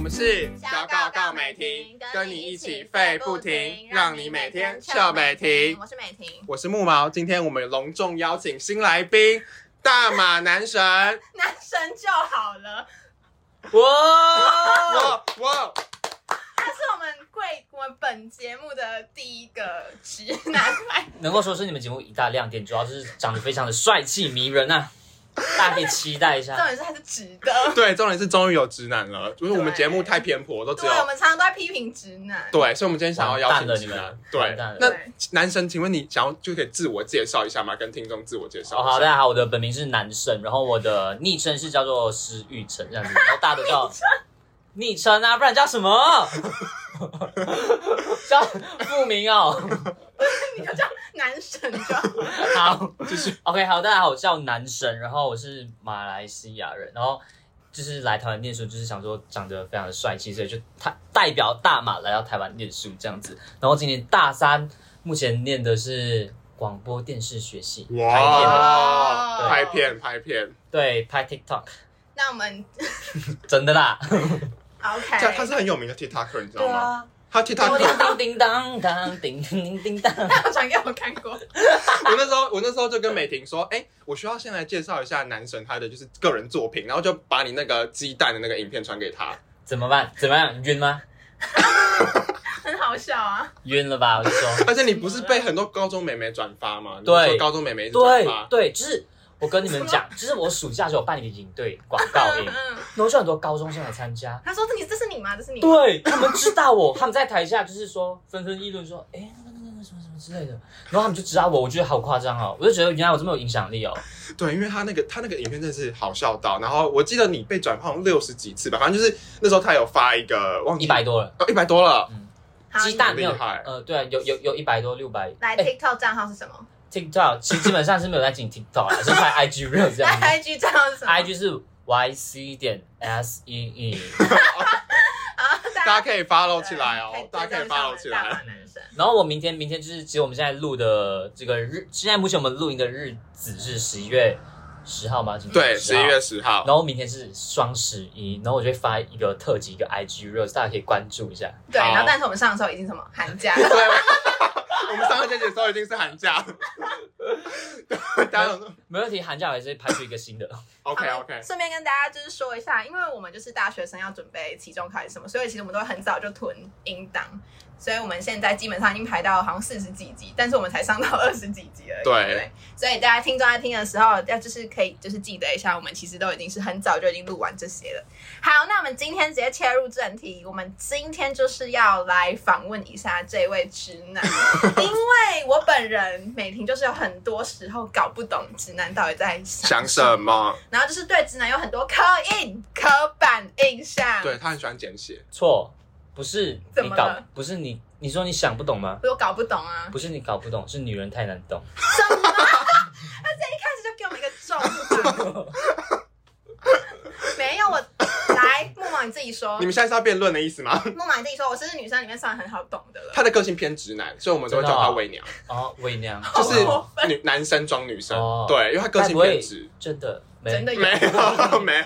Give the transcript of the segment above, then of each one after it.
们是小告告美婷跟你一起吠不停，让你每天笑美嗯婷。我是美婷，我是木毛，今天我们隆重邀请新来宾大马男神，男生就好了。哇！哇哇！他是我们贵我们本节目的第一个直男派，能够说是你们节目一大亮点，主要就是长得非常的帅气迷人啊，大家可以期待一重下。点是他是直 的。对，重点是终于有直男了，就是我们节目太偏颇，都只对，啊有我们常常都在批评直男。啊对，所以我们今天想要邀请直男完蛋了你们。对完蛋了，那对男神，请问你想要就可以自我介绍一下吗？跟听众自我介绍。哦，好，大，家好，我的本名是男神，然后我的昵称是叫做石玉成这样子，然后大家都叫昵称啊，不然叫什么？ 叫复名哦。你就叫男神就好。好， 就是 OK，好，大家好，我叫男神，然后我是马来西亚人，然后就是来台湾念书，就是想说长得非常的帅气，所以就他代表大马来到台湾念书这样子。然后今年大三，目前念的是广播电视学系，拍片的哇，对拍片拍片，对，拍 TikTok，那我们真的 啦。 OK，这样他是很有名的 TikToker，你知道对吗？啊，他 TikToker，叮叮当当，叮叮叮叮当。他有传给啊我看过。 我那时候我那时候就跟美婷说，哎，我需要先来介绍一下男神他的就是个人作品，然后就把你那个鸡蛋的那个影片传给他。 怎么办？怎么样？晕吗？很好笑啊！晕了吧？我就 说。而且你不是被很多高中美眉转发吗？你对说高中美眉一直转对发，对，就是我跟你们讲，就是我暑假的时候办了一个营队广告营，嗯，嗯然后就很多高中生来参加。他说这你这是你吗？这是你吗？ 对啊他们知道 我，他们在台下就是说纷纷议论说，哎、那个那个那个什么什么之类的，然后他们就知道我，我觉得好夸张哦，我就觉得原来我这么有影响力哦。对，因为他那个他那个影片真的是好笑到，然后我记得你被转发六十几次吧，反正就是那时候他有发一个忘记一百多了，哦一百多了，好鸡蛋你没有厉害，呃，对啊，有有有一百多六百。你来诶 TikTok 账号是什么？ TikTok 其实基本上是没有在进 TikTok 啦，是 拍 IG real 这来样子 IG 账号是什么，IG 是 YC 点 S E E，啊，大大家可以 follow 起来哦，大家可以 follow 起来。男生，然后我明天，明天就是，其实我们现在录的这个日，现在目前我们录音的日子是十一月十号吗？今天对， 10十号一月。十号，然后明天是双十一，然后我就会发一个特辑，一个 IG reels，大家可以关注一下。对，好然后但是我们上的时候已经什么寒假，对，我们上个节的时候已经是寒假， 大家没问题，寒假我还是拍出一个新的。 OK OK，顺便跟大家就是说一下，因为我们就是大学生要准备期中考还是什么，所以其实我们都会很早就囤音档，所以我们现在基本上已经排到好像四十几集，但是我们才上到二十几集而已。对所以大家听众在听的时候，要就是可以就是记得一下，我们其实都已经是很早就已经录完这些了。好，那我们今天直接切入正题，我们今天就是要来访问一下这位直 男，因为我本人美婷就是有很多时候搞不懂直男到底在想什么？然后就是对直男有很多刻印、刻板印象。对，他很喜欢简写， 错，不是怎你么搞了，不是你，你说你想不懂吗？我搞不懂啊，不是你搞不懂，是女人太难懂。什么？他这一开始就给我们一个重吧？没有，我来木马你自己说你，们现在是要辩论的意思吗？ 木马你自己说，我是女生里面算很好懂的了。他的个性偏直男，所以我们都会叫他伪娘， 哦，伪 娘，就好过是女男生装女生哦，对，因为他个性偏直。真的没真的有没有 没有，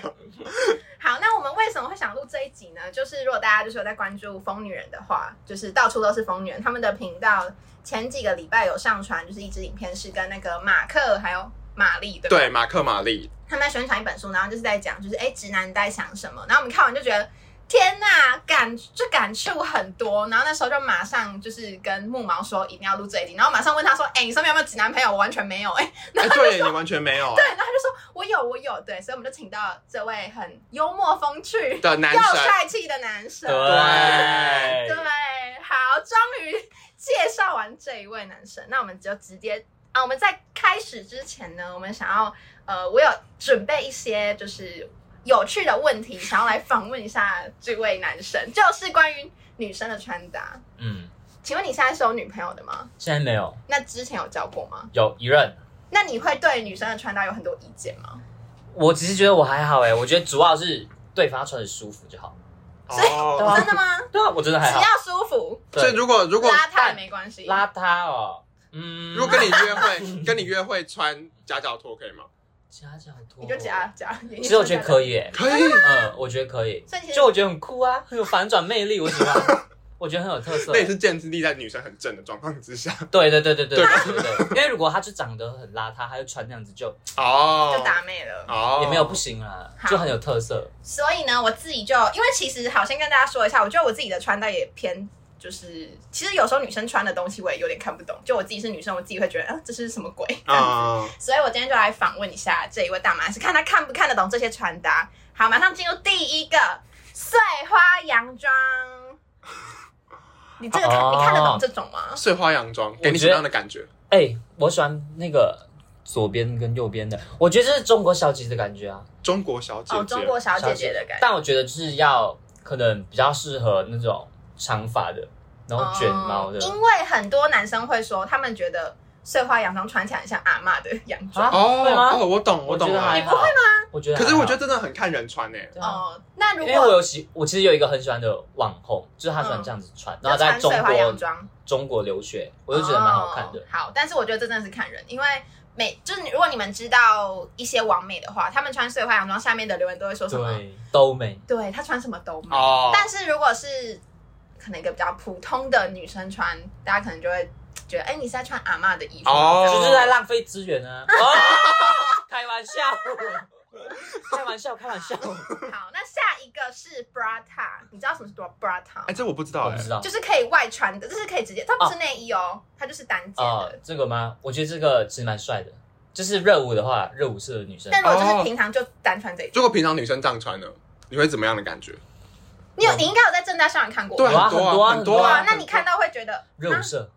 好，那我们为什么会想录这一集呢？就是如果大家就是有在关注疯女人的话，就是到处都是疯女人，他们的频道前几个礼拜有上传，就是一支影片是跟那个马克还有玛丽对吧？对马克玛丽，他们在宣传一本书，然后就是在讲，就是哎，诶直男在想什么？然后我们看完就觉得，天呐，感就感触很多。然后那时候就马上就是跟木毛说一定要录这一集，然后马上问他说，哎，你身边有没有直男朋友？我完全没有，哎，哎，对你完全没有啊对，然后他就说我有，我有，对，所以我们就请到这位很幽默风趣的男又神，帅气的男生，对对，好，终于介绍完这一位男生，那我们就直接啊，我们在开始之前呢，我们想要呃，我有准备一些就是有趣的问题，想要来访问一下这位男生，就是关于女生的穿搭。嗯，请问你现在是有女朋友的吗？现在没有，那之前有交过吗？有一任。那你会对女生的穿搭有很多意见吗？我其实觉得我还好哎，我觉得主要是对方穿的舒服就好。对哦，啊真的吗？对啊，我真的只还好。要舒服，所以对，如果如果邋遢也没关系。邋遢哦，嗯，如果跟你约会，跟你约会穿夹脚拖可以吗？夹脚拖，你就夹。夹。其实我觉得可以。以耶，可 以，嗯，我觉得可以所以其，实就我觉得很酷啊，很有反转魅力，我 喜欢，我觉得很有特色那。也是建立在女生很正的状况之下对对对对对对对对，因为如果他就长得很邋遢，他就穿那样子就哦，就打妹了，哦，也没有不行啦，好就很有特色。所以呢，我自己就因为其实好，先跟大家说一下，我觉得我自己的穿戴也偏，就是其实有时候女生穿的东西我也有点看不懂，就我自己是女生，我自己会觉得，啊，这是什么鬼？这样子啊，所以我今天就来访问一下这一位大妈，是看她看不看得懂这些穿搭。好，马上进入第一个碎花洋装。你这个看、哦你看得懂这种吗？碎花洋装给你我觉什得么样的感觉？哎、我喜欢那个左边跟右边的，我觉得这是中国小姐的感觉啊，中国小姐姐，哦，中国小姐姐的感觉。但我觉得就是要可能比较适合那种长发的，然后卷毛的哦，因为很多男生会说，他们觉得碎花洋装穿起来很像阿嬷的洋装。啊哦会吗哦，我懂，我觉懂得还了。好。会吗？我觉得还可好，是我觉得真的很看人穿欸诶，啊对啊。哦，那如因为我果嗯有喜，我其实有一个很喜欢的网红，就是他喜欢这样子穿，然后在穿中碎花洋国装，中国留学，我就觉得蛮好看的。哦好，但是我觉得这真的是看人，因为每就是你如果你们知道一些网美的话，他们穿碎花洋装，下面的留言都会说什么？对，都美。哦对她穿什么都啊美。哦，但是如果是可能一个比较普通的女生穿，大家可能就会觉得，哎、你是在穿阿嬷的衣服，哦就是在浪费资 源啊！开玩笑，开玩笑，开玩笑，我好，那下一个是 brata，你知道什么是 brata 吗哎，这我不知道不哎知，道就是可以外穿的，就是可以直接，它不是内衣哦，它就是单件啊的。，这个吗？我觉得这个其实蛮帅的，就是热舞的话，热舞社的女生但如果就哦是平常就单穿这一件，如果平常女生这样穿呢，啊你会怎么样的感觉？你有你应该有在正大校园看过吧，对，有啊很多很多啊很很多哇啊，那你看到会觉得热舞社，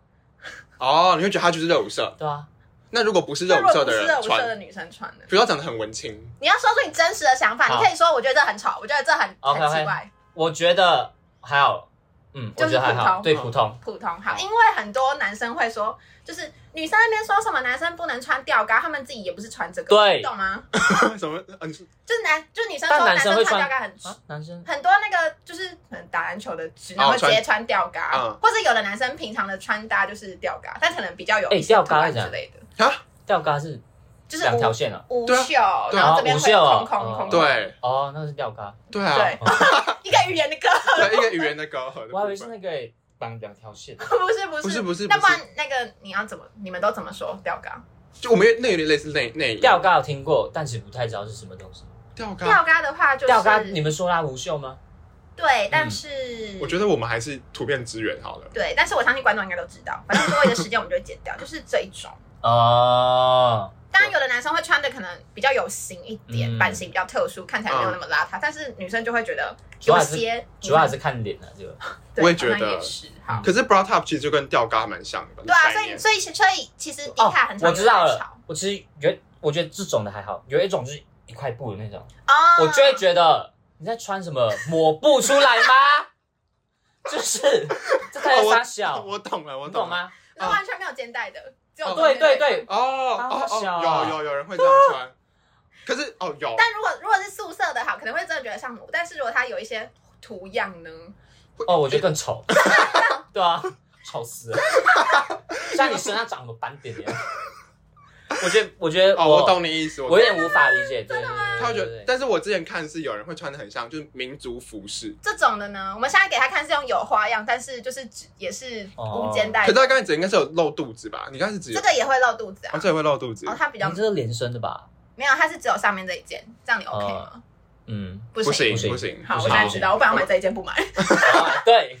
哦，你会觉得她就是热舞社。对啊，那如果不是那热如舞果社不的是热人舞社的穿，女生穿的，比如她长得很文青， 你要说出你真实的想法，你好可以说我觉得这很丑，我觉得这很很 OK，奇怪，我觉得还好，嗯，我就觉是得还好，普通对，普通，普通好，好因为很多男生会说，就是女生那边说什么男生不能穿吊嘎，他们自己也不是穿这个，对你懂吗？什么？嗯，你是就是男，就是女生说但男男生生会穿穿吊嘎很啊，男生很多那个就是可能打篮球的直男哦会直接穿吊嘎，穿嗯或者有的男生平常的穿搭就是吊嘎，但可能比较有哎吊嘎一些图案是怎样之类的，吊嘎是就是两条无线啊，无对啊袖，然后这边会无袖哦空空空，哦对啊哦，那是吊嘎，对对啊，，哦 一个语言的歌，对一个语言的隔阂的部分。我还以为是那个欸绑两条 线，不是不是不是不是那不不是然那个你要怎么，你们都怎么说吊嘎？就我们那有点类似内内衣吊嘎有听过，但是不太知道是什么东西。吊嘎。吊嘎的话就是吊嘎，你们说啦，无袖吗？对，但是嗯我觉得我们还是图片支援好了。对，但是我相信观众应该都知道，反正多余的时间我们就会剪掉，就是这一种。哦，当然，有的男生会穿的可能比较有型一点，嗯版型比较特殊，看起来没有那么邋遢。但是女生就会觉得主要有还是些，主要还是看脸啊，这个。对我也觉得嗯好像也是好。可是 bra top 其实就跟吊嘎蛮像的，对啊，所概以念所以所以其实迪哦卡很，常有我知道在了吵。我其实有，我觉得这种的还好，有一种就是一块布的那种，哦，我就会觉得你在穿什么抹布出来吗？ 就是这太哦傻小，我懂了，我你懂了？吗？那完全没有肩带的，只有哦中间对对那一块。对，哦哦好小哦，啊有有有人会这样穿，可是哦有但如果如果是素色的好，可能会真的觉得像我，但是如果它有一些图样呢？哦，我觉得更丑。 对啊，丑 死了，像你身上长了斑点一样。我觉得，我觉得哦，我，懂你意思，我我有点无法理解。对对对他会觉得对对，对，但是我之前看是有人会穿的很像，就是民族服饰，这种的呢，我们现在给他看是用有花样，但是就是只也是无肩带可的是他刚才只应该是有露肚子吧？你刚才是只有这个也会露肚子哦，啊。这也会露肚子哦，，它比较你这是连身的吧？没有，它是只有上面这一件，这样你 OK 吗？ 嗯，不哦不行。行不行不行，好，不我行现在知道，我本来买这一件不买。哦 对，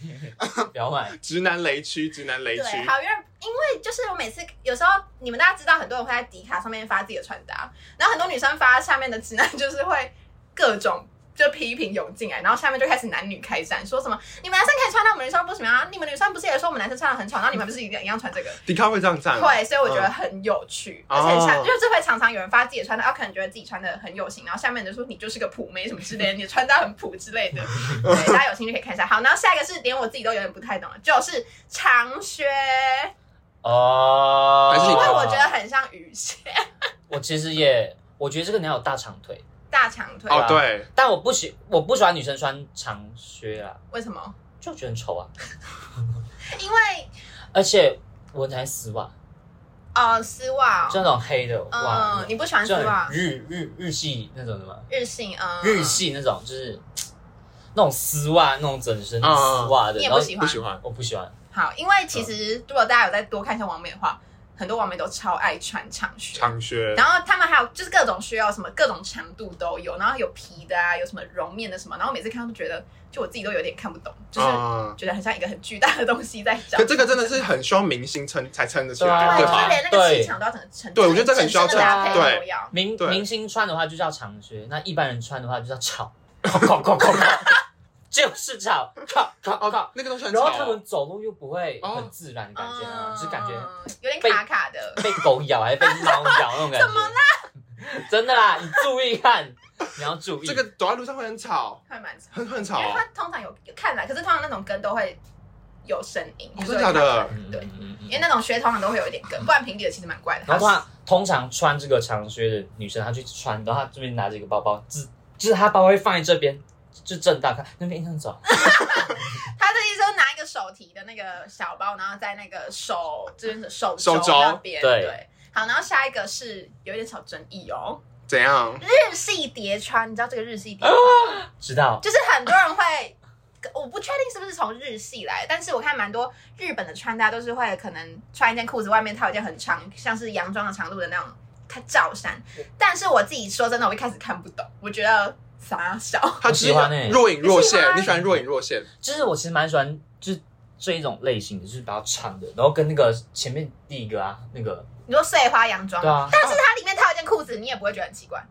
不要买。直男雷区，直男雷区，对，好，因为因为就是我每次有时候你们大家知道，很多人会在迪卡上面发自己的穿搭，然后很多女生发下面的直男就是会各种。就批评涌进来，然后下面就开始男女开战，说什么你们男生可以穿到我们女生不行啊？你们女生不是也说我们男生穿的很丑，然后你们不是一样一样穿这个？迪卡会这样站，会，所以我觉得很有趣，嗯而且像啊哦就是会常常有人发自己的穿搭，然后可能觉得自己穿的很有型，然后下面就说你就是个普妹什么之类的，你的穿搭很普之类的，对，大家有兴趣可以看一下。好，然后下一个是连我自己都有点不太懂了，就是长靴，哦，还是你因觉为得我觉得很像雨鞋，我其实也，我觉得这个你要有大长腿，大长腿，哦对，但我不喜，我不喜欢女生穿长靴啦，为什么？就啊觉得很丑啊。因为而且我很讨厌丝袜，哦，丝袜哦，就那种黑的袜嗯，子，你不喜欢丝就袜很？日日日系那种什么日性，嗯，日，系那种，就是那种丝袜，那种整身丝袜的，你也然不后喜欢不喜欢。我不喜欢，好，因为其实如果大家有再多看一下网美的话，很多网美都超爱穿长靴。长靴，然后他们还有就是各种靴哦，什么各种长度都有，然后有皮的啊，有什么绒面的什么，然后每次看到都觉得，就我自己都有点看不懂，就是嗯觉得很像一个很巨大的东西在长。可这个真的是很需要明星撑才撑得起对来，啊对对，就是吧？连那个气场都要整个成。对我觉得这个很需要整身的搭配这样都对要。明对明星穿的话就叫长靴，那一般人穿的话就叫吵，靠靠靠靠靠， 就是吵，靠靠哦靠。，那个东西很然吵后哦。他们走路又不会哦很自然的感觉，啊就是感觉嗯有点卡卡的。被狗咬还是被猫咬那 种感觉。怎么啦？ 真的啦，你注意看，你要注意。哦这个走在路上会很吵，会蛮吵，很很因吵啊为哦。它通常有有看来，可是通常那种跟都会有声音，哦就是真的假会的咔咔对，嗯，嗯嗯因为那种靴通常都会有一点跟，不然平底的其实蛮怪的。然后她通常穿这个长靴的女生，她去穿，然后她这边拿着一个包包，只就是她包包会放在这边，就正大看那边一样走，他这意思就是拿一个手提的那个小包，然后在那个手就是手手肘肘那边对对。好，然后下一个是有一点小争议哦，怎样？日系叠穿，你知道这个日系啊叠穿吗？知道？就是很多人会，我不确定是不是从日系来，但是我看蛮多日本的穿搭都是会可能穿一件裤子，外面套一件很长，像是洋装的啊长度的那种罩衫。但是我自己说真的，我一开始看不懂，我觉得傻小，他只是喜欢欸若隐若你喜现，欢你喜欢若隐若现，就是我其实蛮喜欢，就是这一种类型的，就是比较长的，然后跟那个前面第一个啊，那个你说碎花洋装对。啊，但是它里面套一件裤子，你也不会觉得很奇怪，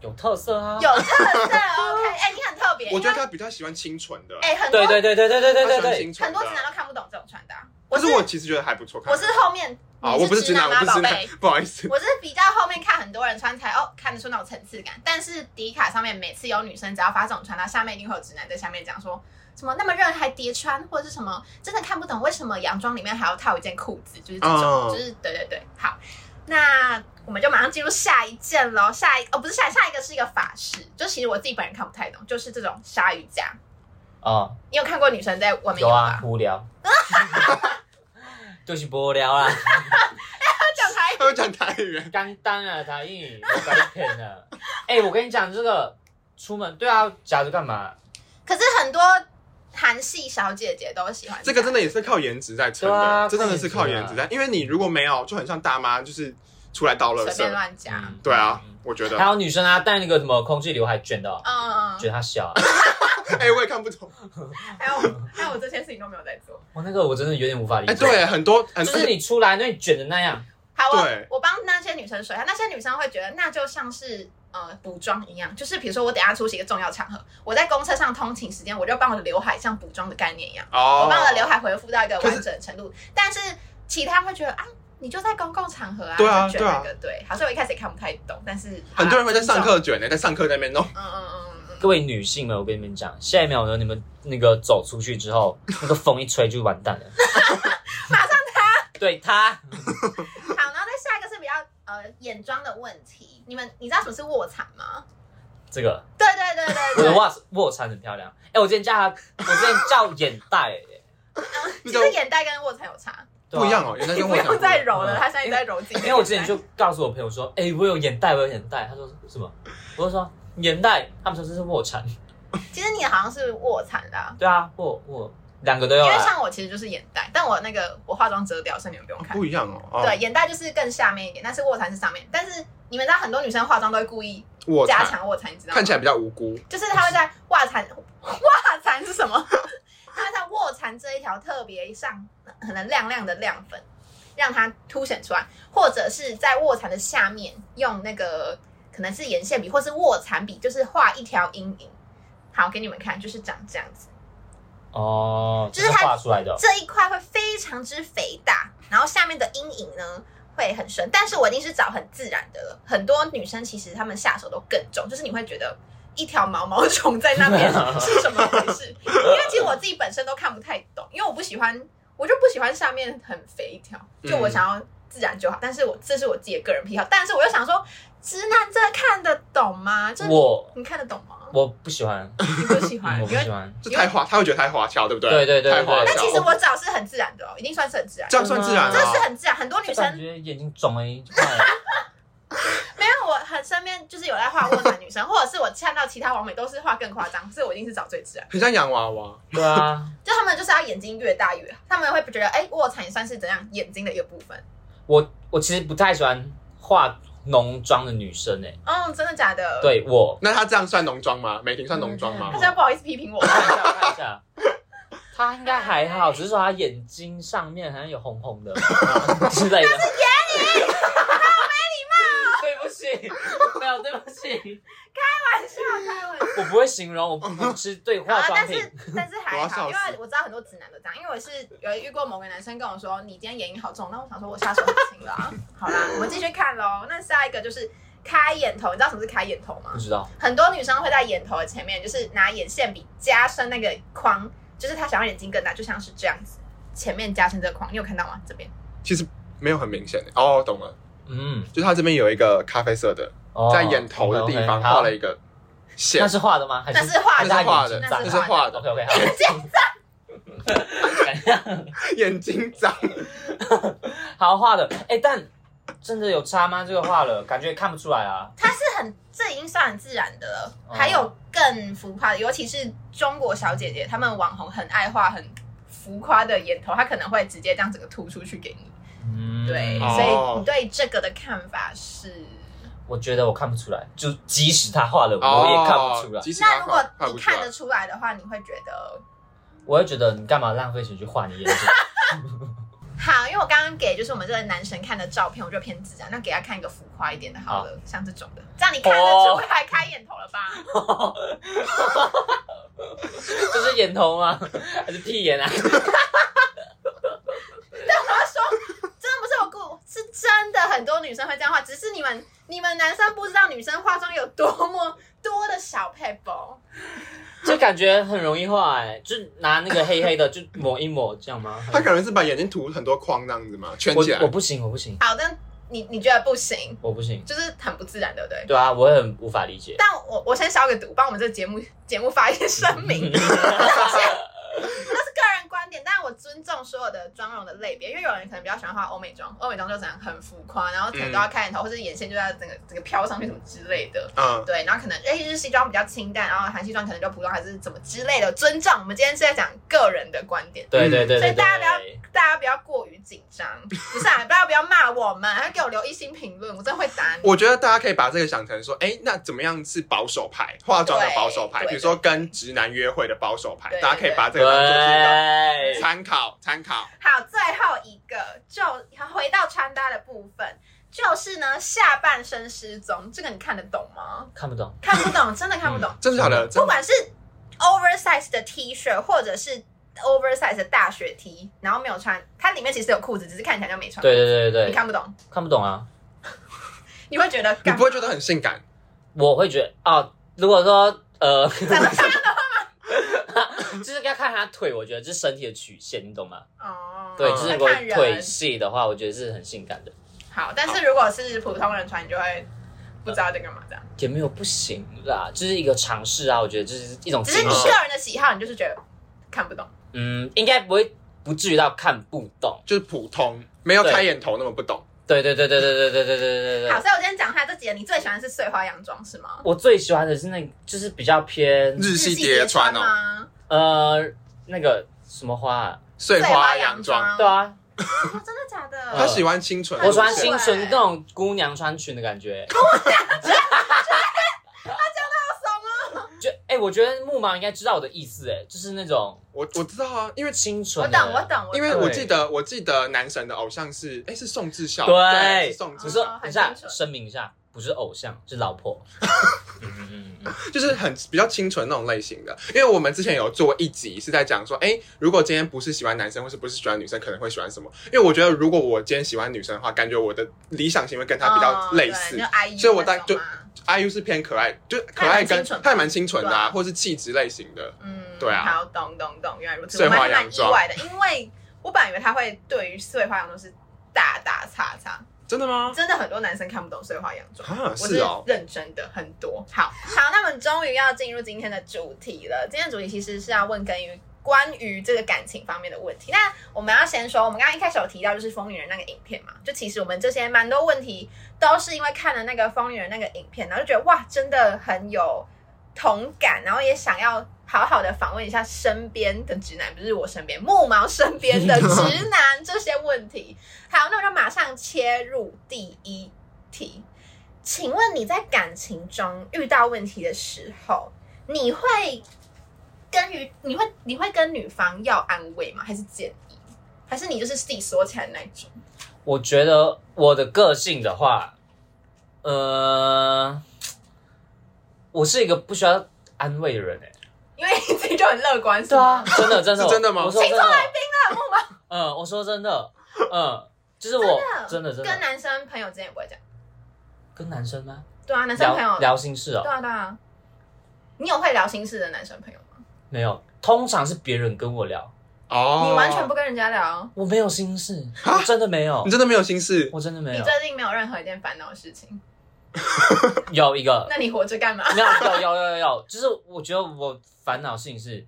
有特色啊，有特色 OK。哎、 你很特别，我觉得因为他比较喜欢清纯的。哎、很多对对对对对对他喜对对欢对，清纯很的多直男都看不懂这种穿搭。可是是我其实觉得还不错看。我是后面啊，我不你是直直男，我吗，不是宝直贝男？，不好意 思。我是比较后面看很多人穿才哦看得出那种层次感，但是迪卡上面每次有女生只要发这种穿搭，下面一定会有直男在下面讲说什么那么热还叠穿，或者是什么真的看不懂为什么洋装里面还要套一件裤子，就是这种，哦嗯就是对对对，好，那我们就马上进入下一件喽，下一哦不是下下一个是一个法式，就其实我自己本人看不太懂，就是这种鲨鱼夹，啊，你有看过女生在外面有用啊，吧？无聊， 就是无聊啦，他讲台语他会讲台语，刚当啊，他一我白骗 了，哎，我跟你讲这个出门对啊，夹着干嘛？可是很多韩系小姐姐都喜欢这个样真的也是靠颜值在撑对啊的，这真的是靠靠颜值颜啊值在，因为你如果没有，就很像大妈，就是出来倒垃随便圾。乱夹。嗯对啊，我觉还得，有女生啊，戴那个什么空气刘海卷的哦，嗯，觉得她 小啊，哎，我也看不懂。 还有还有我这些事情都没有在做。我那个我真的有点无法理哎，解。对，很多，很就是你出来那你卷的那样，好，我对我帮那些女生啊说一下，那些女生会觉得那就像是呃补妆一样，就是比如说我等一下出席一个重要场合，我在公车上通勤时间，我就帮我的刘海像补妆的概念一样，哦，我帮我的刘海恢复到一个可完哦是整的程度。但是其他会觉得啊，你就在公共场合啊，对啊就觉得那个对，好像我一开始也看不太懂，但是很多人会在上，好啦课卷呢，欸在上课那边弄。尊重嗯嗯嗯嗯嗯，各位女性们，我跟你们讲，下一秒呢，你们那个走出去之后，那个风一吹就完蛋 了，马上。对她，嗯好，然后再下一个是比较呃眼妆的问题，你们你知道什么是卧蚕吗？这个对对对对我对， 的袜子卧蚕很漂亮，哎、我之前叫她，我之前叫眼袋、哎其那实个眼袋跟卧蚕有差，对啊不一样哦，原来你跟不我讲用再揉了，嗯他现在一直在揉自己的眼因袋。为我之前就告诉我朋友说，哎、我有眼袋，我有眼袋，他说什么？我就说眼袋，他们说这是卧蚕，其实你好像是卧蚕啦，对啊，卧卧两个都有啊因为啦，像我其实就是眼袋，但我那个我化妆遮掉，所以你们不用看。不一样哦。哦对，，眼袋就是更下面一点，但是卧蚕是上面。但是你们知道很多女生化妆都会故意卧加蚕强卧蚕，你知道吗？看起来比较无辜，就是她会在卧蚕，卧蚕是什么？她会在卧蚕这一条特别上可能亮亮的亮粉，让它凸显出来，或者是在卧蚕的下面用那个可能是眼线笔或是卧蚕笔，就是画一条阴影。好，给你们看，就是长这样子。哦，就是她这画出来的哦，这一块会非常之肥大，然后下面的阴影呢会很深。但是我一定是找很自然的了。很多女生其实她们下手都更重，就是你会觉得一条毛毛虫在那 边是怎么回事？因为其实我自己本身都看不太懂，因为我不喜欢，我就不喜欢下面很肥一条，就我嗯想要自然就好。但是我这是我自己的个人癖好，但是我又想说，直男真的看得懂吗？就是你我你看得懂吗？我不喜欢，你不喜欢嗯， 我不因喜为欢。这太花，他会觉得太花俏，对不对？对对对太花对但俏。其实我找是很自然的哦，一定算是很自然这。样算自然真啊的是很自然，很多女感生觉眼睛肿了一 块，没有，我很身边就是有在画问男女生，或者是我看到其他网美都是画更夸张，所以我一定是找最自然。很像洋娃娃，对啊，就他们就是要眼睛越大越好，他们会觉得哎、卧蚕也算是怎样眼睛的一个部分。我我其实不太喜欢化浓妆的女生诶、嗯，真的假的？，对我，那他这样算浓妆吗？美婷算浓妆吗大？家不好意思批评我。看一下，我看一下， 她应该还好，只是说她眼睛上面好像有红红的 之类的。 那是眼影，好没礼貌。对不起，没有对不起，玩笑，开 玩笑。我不会形容，我不只对化啊，妆但品。哦是但是还我要笑好，死因为我知道很多直男都这样，因为我是有遇过某个男生跟我说你今天眼影好重，那我想说我下手很轻了啊。好啦，我们继续看喽。那下一个就是开眼头，你知道什么是开眼头吗不？知道，很多女生会在眼头的前面，就是拿眼线笔加深那个框，就是她想要眼睛更大，就像是这样子，前面加深这个框，你有看到吗？这边其实没有很明显哦，懂了，嗯，就是他这边有一个咖啡色的，哦在眼头的地方 OK，OK，画好了一个线哎那，是画的吗？还那是画还的那是画眼睛的，那脏那是画的， OK OK，好，眼睛脏，好画的。哎、但真的有差吗？这个画了，感觉看不出来啊。它是很，这已经算很自然的了。哦还有更浮夸的，尤其是中国小姐姐，她们网红很爱画很浮夸的眼头，她可能会直接这样整个凸出去给你。嗯，对，哦所以你对这个的看法是？我觉得我看不出来，就即使他画了，哦我也看不出来。即使那他如画画果你不出看来得，出来的话，你会觉得我会觉得你干嘛浪费钱去画 你眼睛？好，因为我刚刚给就是我们这个男神看的照片，我就偏自然，那给他看一个浮夸一点的，好了，像这种的，这样你看得出来开眼头了吧？这是眼头吗？ 还是屁眼啊？但我要说，真的不是我故，是真的很多女生会这样画，只是你们你们男生不知道女生化妆有多么多的小配包。就感觉很容易画哎、就拿那个黑黑的就抹一抹，这样吗？他可能是把眼睛涂很多框那样子嘛，圈我起啊来我。不行，我不行，好，但你你觉得不行，我不行。就是很不自然，对不对？对啊，我很无法理解。但我我先消个毒，帮我们这个节目节目发一些声明。那是个人观点，但我尊重所有的妆容的类别，因为有人可能比较喜欢画欧美妆，欧美妆就怎样很浮夸，然后可能都要开眼头、或者眼线就要整个整个飘上去什么之类的。嗯，对，然后可能哎日系妆比较清淡，然后韩系妆可能就普通还是怎么之类的。尊重，我们今天是在讲个人的观点， 对对对所以对大家不对，大家不要过于紧张。不是啊，不要不要骂我们，还给我留一星评论，我真的会打你。我觉得大家可以把这个想成说，哎，那怎么样是保守派化妆的保守派？对比如说跟直男约会的保守派对，大家可以把这个当做是一个对，参考参考。好，最后一个就回到穿搭的部分，就是呢下半身失踪，这个你看得懂吗？看不懂。看不懂，真的看不懂。真的假嗯的？真不的管是 oversize 的 T 恤，或者是 oversize 的大雪 T，然后没有穿，它里面其实有裤子，只是看起来就没穿。对对对对你对，看不懂，看不懂啊。你会觉得你干嘛不会觉得很性感？我会觉得啊，如果说呃， 长得像就是要看他腿，我觉得这是身体的曲线，你懂吗？哦，对，嗯就是会如果看腿人。细的话，我觉得是很性感的。好，但是如果是普通人穿，你就会不知道在干嘛这样。也没有不行啦，就是一个尝试啊，我觉得就是一种只精是你神个。人的喜好，你就是觉得看不懂。嗯，应该不会不至于到看不懂。就是普通，没有对开眼头那么不懂。对对对对对对对对对对对好，对。所以我今天讲一下这几个，你最喜欢的是碎花洋装是吗？我最喜欢的是那个，就是比较偏日系叠叠穿哦，吗？呃那个什么花、啊，碎花洋装。装对，啊，哦真的假的？他喜欢清纯路我线，穿清欸纯那种姑娘穿裙的感觉。哦 就哎、我觉得木马应该知道我的意思哎，就是那种我我知道啊，因为清纯我的。懂，我懂，我懂因为我记得我记得男神的偶像是哎是宋智孝，对是宋只智是孝，哦等一下很清纯声明一下，不是偶像，是老 婆。嗯嗯嗯嗯就是很比较清纯那种类型的。因为我们之前有做一集是在讲说，哎，如果今天不是喜欢男生，或是不是喜欢女生，可能会喜欢什么？因为我觉得如果我今天喜欢女生的话，感觉我的理想型会跟她比较类似哦对。就 IU 所以我大那种就嘛 IU 是偏可啊爱，就可她也爱蛮跟清纯的她也蛮清纯的对啊啊，或是气质类型的。嗯，对啊好，懂懂懂，原来如此，碎我花还蛮洋意装外的，因为我本来以为他会对于碎花洋装是大打岔真的吗？真的很多男生看不懂碎花洋装。啊，我是是哦，认真的很多。好好，那我们终于要进入今天的主题了。今天的主题其实是要问根于关于这个感情方面的问题。那我们要先说，我们刚刚一开始有提到就是《风云人》那个影片嘛，就其实我们这些蛮多问题都是因为看了那个《风云人》那个影片，然后就觉得哇，真的很有同感，然后也想要。好好的访问一下身边的直男，不是我身边木毛身边的直男这些问题。好，那我就马上切入第一题。请问你在感情中遇到问题的时候，你会跟于你会你会跟女方要安慰吗？还是建议？还是你就是自己锁起来那一种？我觉得我的个性的话，呃，我是一个不需要安慰的人哎、因为你自己就很乐观，是对 吗，？啊真的真的是真的吗我说真的，那啊木马嗯，我说真的，嗯，就是我真的真跟的男生朋友之间也不会讲，跟男生吗？对啊，男生朋聊友，聊心事哦对，啊对啊。你有会聊心事的男生朋友吗？没有，通常是别人跟我聊，哦，你完全不，跟人家聊，我没有心事，我真的没有你，真的没有心事，我真的没你有，最近没有任何一件烦恼的事情，有一个那你活着干嘛？没有，有有有有有，就是我觉得我烦恼事情是，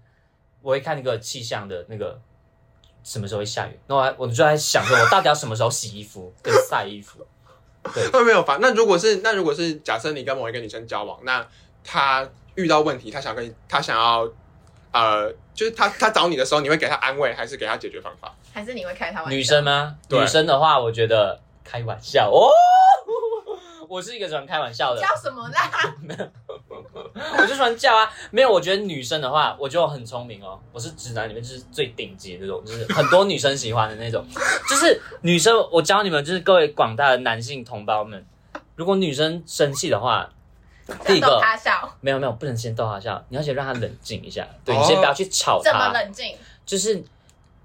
我会看那个气象的那个什么时候会下雨，那我还我就在想说，我到底要什么时候洗衣服跟晒衣服？会没有烦。那如果是那如果是假设你跟某一个女生交往，那她遇到问题，她想跟你，她想要，呃，就是她她找你的时候，你会给她安慰，还是给她解决方法？还是你会开他玩笑？女生吗？对女生的话，我觉得开玩笑哦， 我是一个喜欢开玩笑的，叫什么啦？我就喜欢叫啊。没有，我觉得女生的话，我就很聪明哦，我是直男里面就是最顶级的那种，就是很多女生喜欢的 那种。就是女生，我教你们，就是各位广大的男性同胞们，如果女生生气的话， 第一逗个他笑，没有没有，不能先逗她笑，你要先让她冷静一下。对，哦你先不要去吵怎么她，冷静？就是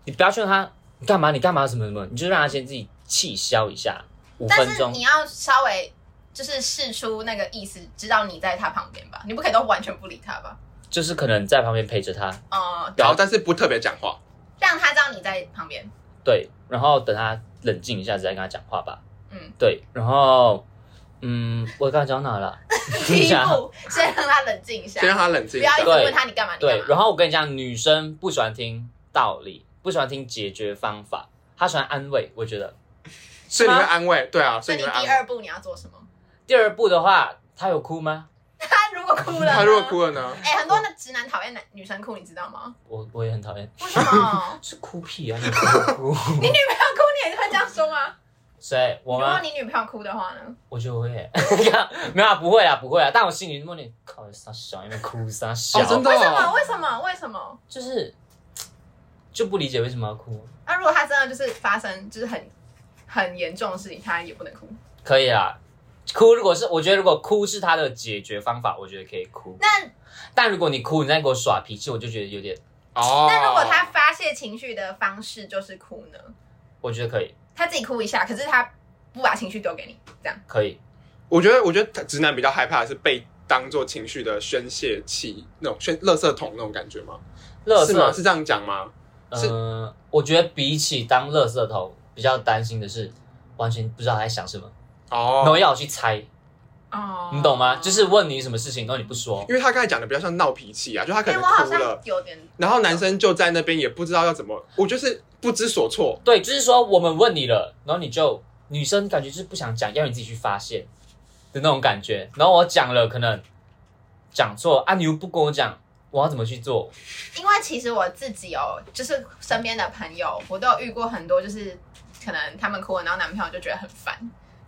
你不要劝她你干嘛你干嘛什么什么，你就让她先自己气消一下，五但分是钟你。要稍微就是试出那个意思，知道你在他旁边吧，你不可以都完全不理他吧？就是可能在旁边陪着她，哦、然后但是不特别讲话，让他知道你在旁 边。对，然后等她冷静一下再跟她讲话吧。嗯，对，然后嗯，我刚才讲到 哪了？第一步先让他冷静一下先，让她冷不静一要一下直。问他你干嘛，你干对，嘛。然后我跟你讲，女生不喜欢听道理，不喜欢听解决方法，她喜欢安慰。我觉得所以你会是吗安慰，对啊，所所以以你你会安第慰。二步你要做什么？ 第二步的话，她有哭吗？他如果哭了，她如果，哭了呢？哎、很多的直男讨厌男女生哭，你知道吗？我我也很讨厌，？为什么 是哭屁啊！你哭你女朋友哭你也会这样说吗？谁我如果吗？你女朋友哭的话呢？我就会， 没有啊，不会啊，不会啊。但我心里默念，靠，傻小，因为哭傻小，哦，真的为什么？哦，为什么？为什么？就是就不理解为什么要哭。那、如果他真的就是发生就是很很严重的事情，他也不能哭。可以啊，哭如果是我觉得如果哭是他的解决方法，我觉得可以哭。那但如果你哭，你再给我耍脾气，我就觉得有点，哦。那如果他发泄情绪的方式就是哭呢？我觉得可以，他自己哭一下，可是他不把情绪丢给你，这样可以。我觉得，我觉得直男比较害怕的是被当做情绪的宣泄器，那种宣垃圾桶那种感觉吗？乐是吗？色，是这样讲吗？是嗯、我觉得比起当乐色头，比较担心的是完全不知道他在想什么，然后哦，要我去猜，哦你懂吗？就是问你什么事情，然后你不说，因为他刚才讲的比较像闹脾气啊，就他可哎、能我好哭了像，有点然后男生就在那边也不知道要怎么，我就是不知所措。对，就是说我们问你了，然后你就女生感觉就是不想讲，要你自己去发现的那种感觉。然后我讲了，可能讲错啊，你又不跟我讲，我要怎么去做？因为其实我自己哦，就是身边的朋友，我都有遇过很多，就是可能他们哭了，然后男朋友就觉得很烦，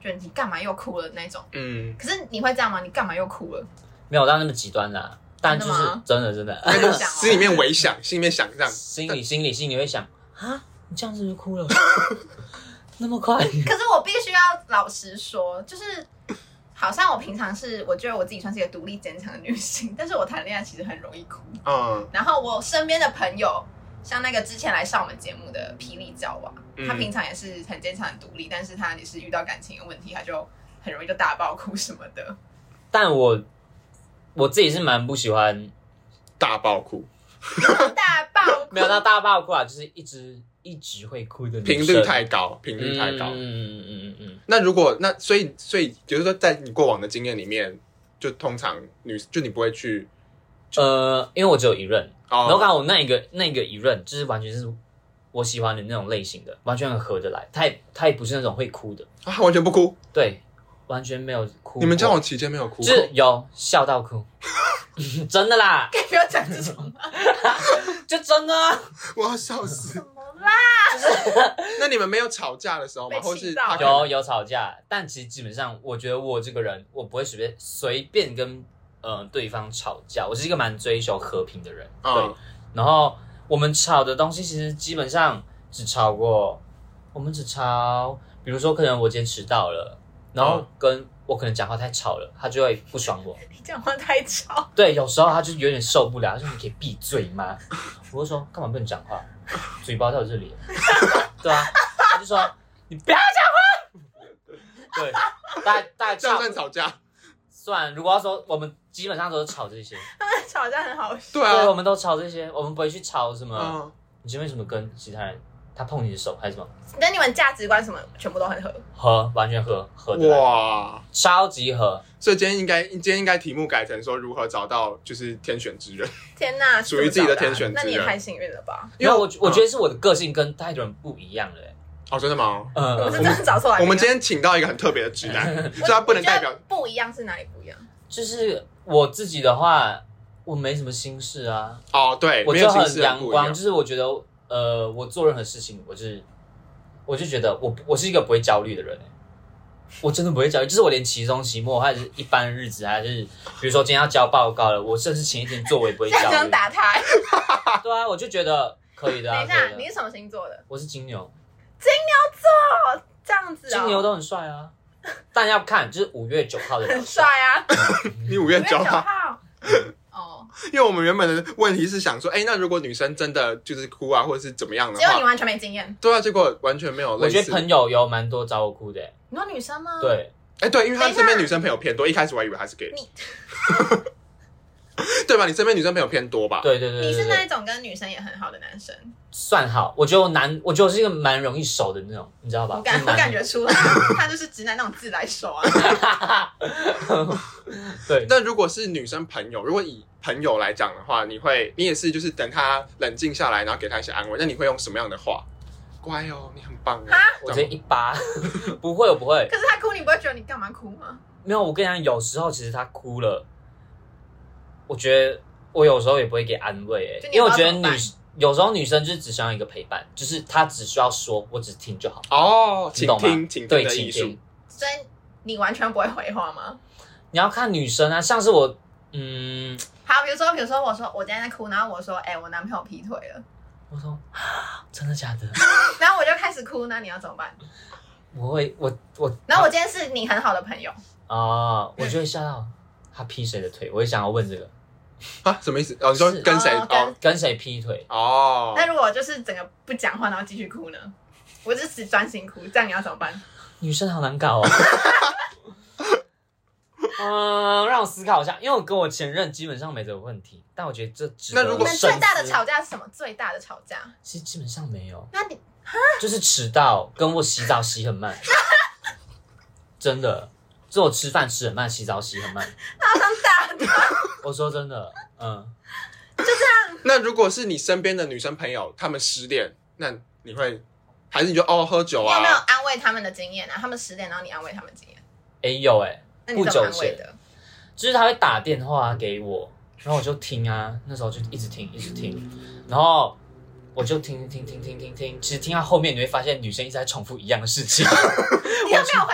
就你干嘛又哭了那种。嗯，可是你会这样吗？你干嘛又哭了？没有到那么极端啦、但就是真的吗真的真的，那就想哦心里面微想，心里面想这样，心里心里心里会想啊，你这样子就哭了， 那么快？可是我必须要老实说，就是好像我平常是我觉得我自己算是一个独立坚强的女性，但是我谈恋爱其实很容易哭。嗯然后我身边的朋友，像那个之前来上我们节目的霹雳娇娃，嗯她平常也是很坚强、很独立，但是她也是遇到感情的问题，她就很容易就大爆哭什么 的。但我我自己是蛮不喜欢，大爆哭，大爆哭没有到大爆哭啊，就是一直一直会哭的女频生率太高，频率太高。嗯嗯嗯嗯嗯嗯，那如果那所以所以，就是说，在你过往的经验里面，就通常女就你不会去呃，因为我只有一任，然后哦，刚好我那一个那个一任就是完全是我喜欢的那种类型的，完全很合得来。他也他也不是那种会哭的，啊，完全不哭。对，完全没有哭过。你们交往期间没有哭过？就是有笑到 哭，真的啦，可以不要讲这种 就真的啊、我要笑死什。么 啦？那你们没有吵架的时候吗？被气或者是到他可能有有吵架，但其实基本上，我觉得我这个人，我不会随便随便跟呃对方吵架，我是一个蛮追求和平的人，对。嗯然后我们吵的东西，其实基本上只吵过，我们只吵，比如说可能我今天迟到了，然后嗯跟、我可能讲话太吵了，他就会不爽我。你讲话太吵，对，有时候他就有点受不了，他说：“你可以闭嘴吗？”我就说：“干嘛不能讲话？嘴巴在我这里。”对啊，他就说：“你不要讲话。”对，大大这家样算吵架？算，如果要说我们基本上都是吵这些，他们吵架很好笑。对对，我啊，们都吵这些，我们不会去吵什么。嗯，你前面什么跟其他人，他碰你的手还是什么，那你们价值观什么全部都很合，合完全合合的来，哇！超级合。所以今天应该今天应该题目改成说如何找到就是天选之人，天哪，属于自己的天选之人那你也太幸运了吧？因因为为我我觉得得是我的个性跟太多人不一样了、欸。哦，真的吗？嗯，我是真我的找错来宾啊。我们今天请到一个很特别的直男， 所以他不能代我表觉得不一样是哪里不一样？就是我自己的话，我没什么心事啊，哦，对，我没就有心很思阳不一光，样就。是我觉得，呃，我做任何事情，我就是，我就觉得我我是一个不会焦虑的人、欸我真的不会焦虑，就是我连期中、期末，还是一般日子，还是比如说今天要交报告了，我甚至前一天做，我也不会这焦样想虑。打他。对啊，我就觉得可以的等啊，一可下，以你的。是什么星座的？我是金牛，这样子啊，金牛都很帅啊，但要看就是五月九号的很帅啊，你 五月九9号，号。哦，因为我们原本的问题是想说，哎，那如果女生真的就是哭啊，或者是怎么样的结果你话，完全没经验。对啊，结果完全没有我类觉似得。朋友有蛮多找我哭的、欸你说女生吗？，对，哎，对，因为他等一下身边女生朋友偏多，一开始我还以为他是 gay，你 对吧？你身边女生朋友偏多吧？对对对对对。你是那一种跟女生也很好的男生，算好，我觉得我难，我觉得我是一个蛮容易熟的那种，你知道吧？我感就是我蛮感觉出来，他就是直男那种自来熟啊。 对，那如果是女生朋友，如果以朋友来讲的话，你会，你也是就是等她冷静下来，然后给她一些安慰。那你会用什么样的话？乖哦，你很棒哦。我直接一巴， 不会，我不会，可是他哭，你不会觉得你干嘛哭吗？没有。我跟你讲，有时候其实他哭了，我觉得我有时候也不会给安慰、就欸，你因为我觉得不知女道怎么办有时候女生就是只想要一个陪伴，就是她只需要说，我只听就好，哦，你请懂吗？听，请听对，的请艺术听。。所以你完全不会回话吗？你要看女生啊，像是我，嗯，好，比如说，比如说，我说我今天在哭，然后我说，哎、我男朋友劈腿了，我说 真的假的？ 然后我就开始哭，那你要怎么办？我会，我我，然后我今天是你很好的朋友，啊，我就会吓到他劈谁的腿，我会想要问这个。啊，什么意思？哦，你说是跟谁？哦哦跟谁劈腿？哦那，如果我就是整个不讲话，然后继续哭呢？我就只专心哭，这样你要怎么办？女生好难搞哦。嗯，让我思考一下，因为我跟我前任基本上没这个问题，但我觉得这值得那如你果们深最思大的吵架是什么？最大的吵架？其实基本上没有，那你就是迟到跟我洗澡洗很慢， 真的，就我吃饭吃很慢，洗澡洗很慢。大的我说真的，嗯，那如果是你身边的女生朋友，她们失恋，那你会还是你就哦喝酒你有没有啊？安慰他们的经验啊？他们十点，然后你安慰他们经验，哎、有哎、那你怎么安慰的？就是他会打电话给我，然后我就听啊，那时候就一直嗯听，一直听，然后我就听听听听听听，其实听到后面你会发现女生一直在重复一样的事 情，你都没有回话吗？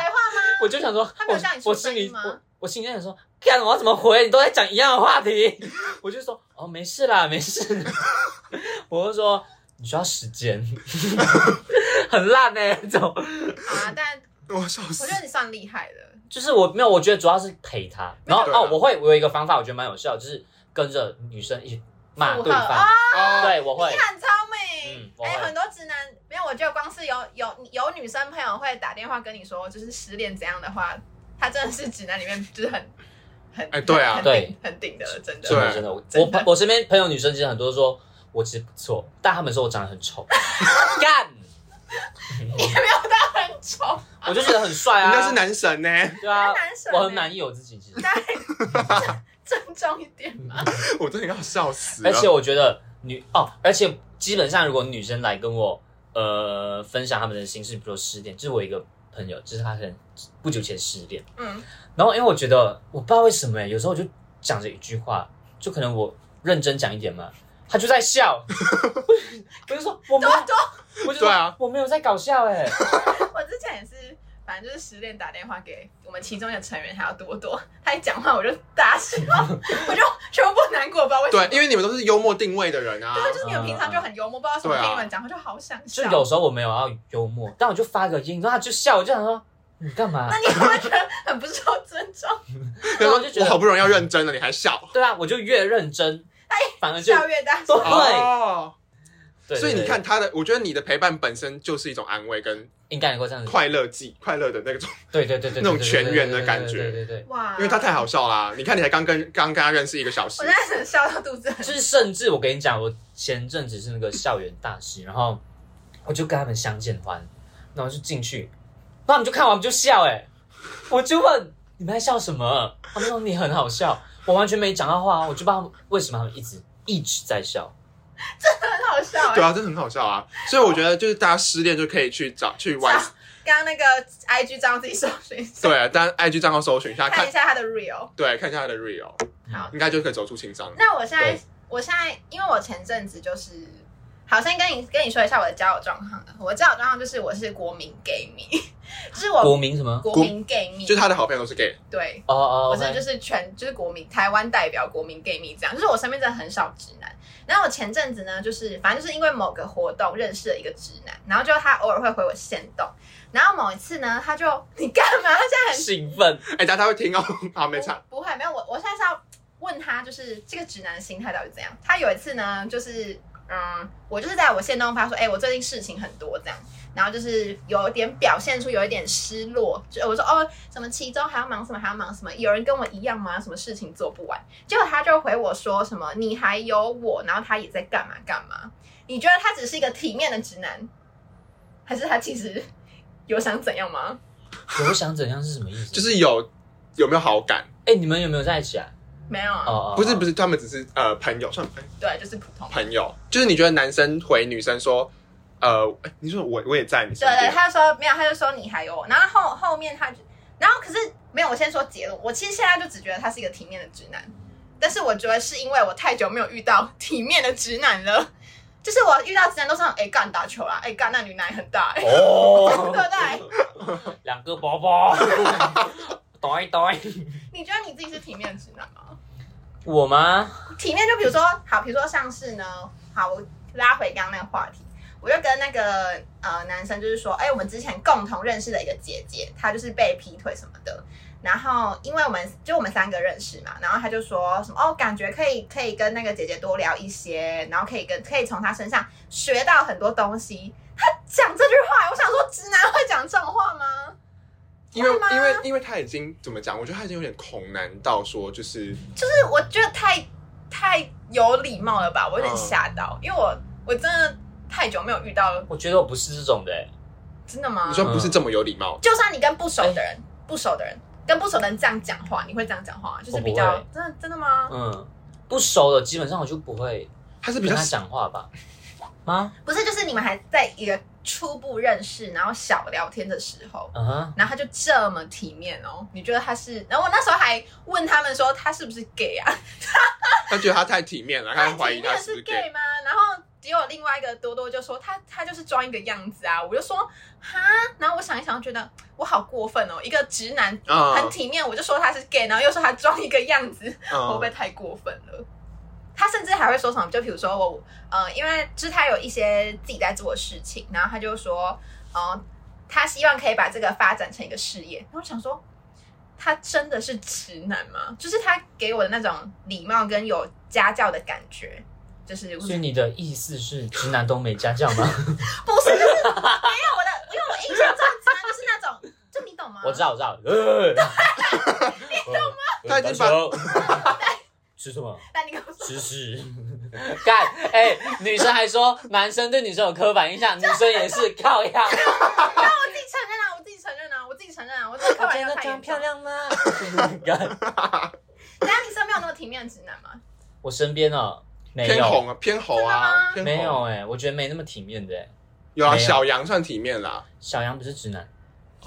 我就想说他，没有叫你我出我声心音里吗我我心里在想说，干我要怎么回？你都在讲一样的话 题，我就说哦没事啦，没事啦，我就说你需要时间， 很烂呢、这种好啊，但 我笑我死觉！得你算厉害 的。就是我没有，我觉得主要是陪她，然后对啊哦我会我有一个方法，我觉得蛮有效，就是跟着女生一起骂附和对方。啊哦，对，我会你。很聪明嗯，我哎、会很多直男没有，我觉得光是有有有女生朋友会打电话跟你说，就是失恋怎样的话，他真的是直男里面就是很 很哎对啊很对顶很顶的了，真的。真的对真的，我真的我我身边朋友女生其实很多说我其实不错，但他们说我长得很丑。干，你也没有到很丑，我就觉得很帅啊。那是男神呢、 对啊，男神欸我很满意我自己，其实。该 郑重一点嘛。我真的要笑死了。而且我觉得女哦，而且基本上如果女生来跟我呃分享他们的心事，比如说失恋，就是我一个朋友，就是他可能不久前失恋，嗯，然后因为我觉得我不知道为什么、欸，有时候我就讲着一句话，就可能我认真讲一点嘛，他就 在笑，我就说我没有，我就说对啊，我没有在搞 笑哎、 我之前也是，反正就是失恋打电话给我们其中一个成员，还有多多，他一讲话我就大笑， 我就全部难过，不知道为什么。对，因为你们都是幽默定位的人啊。对，就是你们平常就很幽默，不知道为什么对啊听你们讲话就好想就笑。有时候我没有要幽默，但我就发个音，然后他就笑，我就想说你干嘛哎那？你会不会觉得很不受尊重？他然说后我就觉得我好不容易要认真了，你还笑。对啊，我就越认真，哎反啊而就笑越大 对声，哦，对，所以对你看，他的，我觉得你的陪伴本身就是一种安慰跟应该能够这样子，快乐剂，快乐的那种，对对对对，对那种对全对员的对对感对觉对对对哇！因为他太好笑啦。你看，你才刚跟刚跟他认识一个小时我现，在很笑到肚子很就是甚至我跟你讲，我前阵子是那个校园大戏，然后我就跟他们相见欢，然后就进去，然后他们就看完就笑、哎，我就问你们在笑什么？哦他们说你很好笑，我完全没讲到话，我就不知道他们为什么他们一直一直在笑，很好笑欸。对啊，真的很好笑啊。所以我觉得，就是大家失恋就可以去找去 Y，找刚刚那个 IG 账号自己搜寻一下，对，啊但 IG 账号搜寻一下，看啊看一下他的 real。对，看一下他的 real，好应该就可以走出情伤。那我现在对，我现在，因为我前阵子就是，好，先跟你跟你说一下我的交友状况啊。我的交友状况就是我是国民 gay 迷， 就是国我民什么？国民 gay 迷，就是他的好朋友都是 gay，对。哦哦，我真的就是是全就是国民台湾代表国民 gay 蜜这样，就是我身边真的很少直男。然后我前阵子呢，就是反正就是因为某个活动认识了一个直男，然后就他偶尔会回我线动，然后某一次呢，他就 你干嘛？他现在很兴奋，哎，大家会听哦， 好没差。不不会，没有我，我现在是要问他，就是这个直男的心态到底怎样？他有一次呢，就是嗯，我就是在我线动发说，哎、我最近事情很多这样，然后就是有点表现出有一点失落，就我说哦，什么其中还要忙什么还要忙什么，有人跟我一样吗？什么事情做不完？结果他就回我说什么你还有我，然后他也在干嘛干嘛？你觉得他只是一个体面的直男，还是他其实有想怎样吗？我想怎样是什么意思？就是有有没有好感？哎、你们有没有在一起啊？没有啊，哦哦，哦不是不是，他们只是呃朋友，算朋对，就是普通。朋友。就是你觉得男生回女生说，呃，哎你说我我也在你身对对，边，他就说没有，他就说你还有我。然后后后面他就，然后可是没有，我先说结论。我其实现在就只觉得他是一个体面的直男，但是我觉得是因为我太久没有遇到体面的直男了。 就是我遇到直男都是那种哎干打球啦，哎干那女奶很大、哎对不，哦对？两个包 包，抖一抖一，你觉得你自己是体面的直男吗？我吗？体面就比如说好，比如说像是呢，好，我拉回刚刚那个话题。我就跟那个呃男生就是说，哎、我们之前共同认识的一个姐姐，她就是被劈腿什么的。然后因为我们就我们三个认识嘛，然后他就说什么哦，感觉可以可以跟那个姐姐多聊一些，然后可以跟可以从她身上学到很多东西。他讲这句话，我想说直男会讲这种话吗？因为会吗因为因为他已经怎么讲？我觉得他已经有点恐男到说，就是就是我觉得太太有礼貌了吧，我有点吓到，因为我我真的太久没有遇到了，我觉得我不是这种的、欸，真的吗？你说不是这么有礼貌，就算你跟不熟的人，不熟的人跟不熟的人这样讲话，你会这样讲话吗，就是比我较不真的真的吗？嗯，不熟的基本上我就不会他是比跟较他讲话 吧。啊，不是，就是你们还在一个初步认识，然后小聊天的时候。嗯哼，然后他就这么体面哦，你觉得他是？然后我那时候还问他们说他是不是 gay 啊？他觉得他太体面了，他怀体疑他是不面啊是是 gay。 gay 吗？然后结果另外一个多多就说他他就是装一个样子啊，我就说哈，然后我想一想，觉得我好过分哦，一个直男啊很体面，我就说他是 gay，然后又说他装一个样子，会不会嗯，太过分了？他甚至还会说什么，就比如说我，呃，因为就是他有一些自己在做的事情，然后他就说，呃，他希望可以把这个发展成一个事业。然后我想说，他真的是直男吗？就是他给我的那种礼貌跟有家教的感觉，就是所以你的意思是直男都没家教 吗？不是就是没有我的，因为我印象中直男就是那种，就你懂吗？我知道，我知 道。呃你懂吗？他已经把 把吃什么？但你跟我说，吃屎！干！哎、女生还说男生对女生有刻板印象，女生也是靠样。让我自己承认了，我啊，我这开玩笑太严重。亮吗？ 干等一下你身边有那么体面的直男吗？我身边哦，没偏有，红啊，偏红啊，真偏没有红哎、我觉得没那么体面的、欸。有啊，没有小杨算体面啦。小杨不是直男，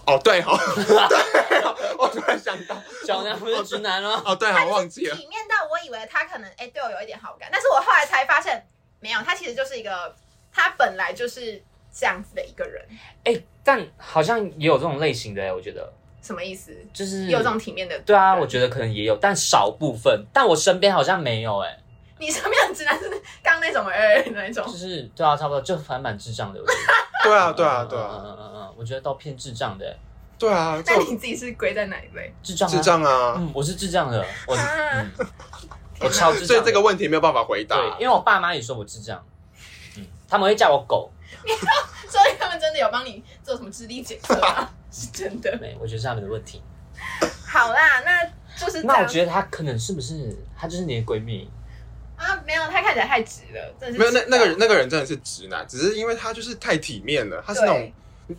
哦，对哦， 对哦， 我突然想到， 小杨不是直男 吗？哦，对他哦，忘记了，体面到我以为他可能哎、对我有一点好感，但是我后来才发现没有，他其实就是一个他本来就是这样子的一个人，哎、但好像也有这种类型的、欸，我觉得什么意思？就是也有这种体面的，对啊，我觉得可能也有，但少部分。但我身边好像没有哎、你身边的直男是刚那种哎的那种就，是对啊，差不多就反蛮智障的。我觉得对啊，对啊，对嗯啊，嗯嗯嗯，我觉得都偏智障的欸、对啊，那这种你自己是归在哪一类？智障、啊，智。障啊，嗯，我是智障的，我、啊嗯、我超智障的。所以这个问题啊没有办法回答。对，因为我爸妈也说我智障，嗯，他们会叫我狗，所以他们真的有帮你做什么智力检测吗？是真的。对，我觉得是他们的问题。好啦，那就是这那我样。觉得她可能是不是她就是你的闺蜜？啊，没有，他看起来太直了，真的是没有那直那个到人那个人真的是直男，只是因为他就是太体面了，他是那种，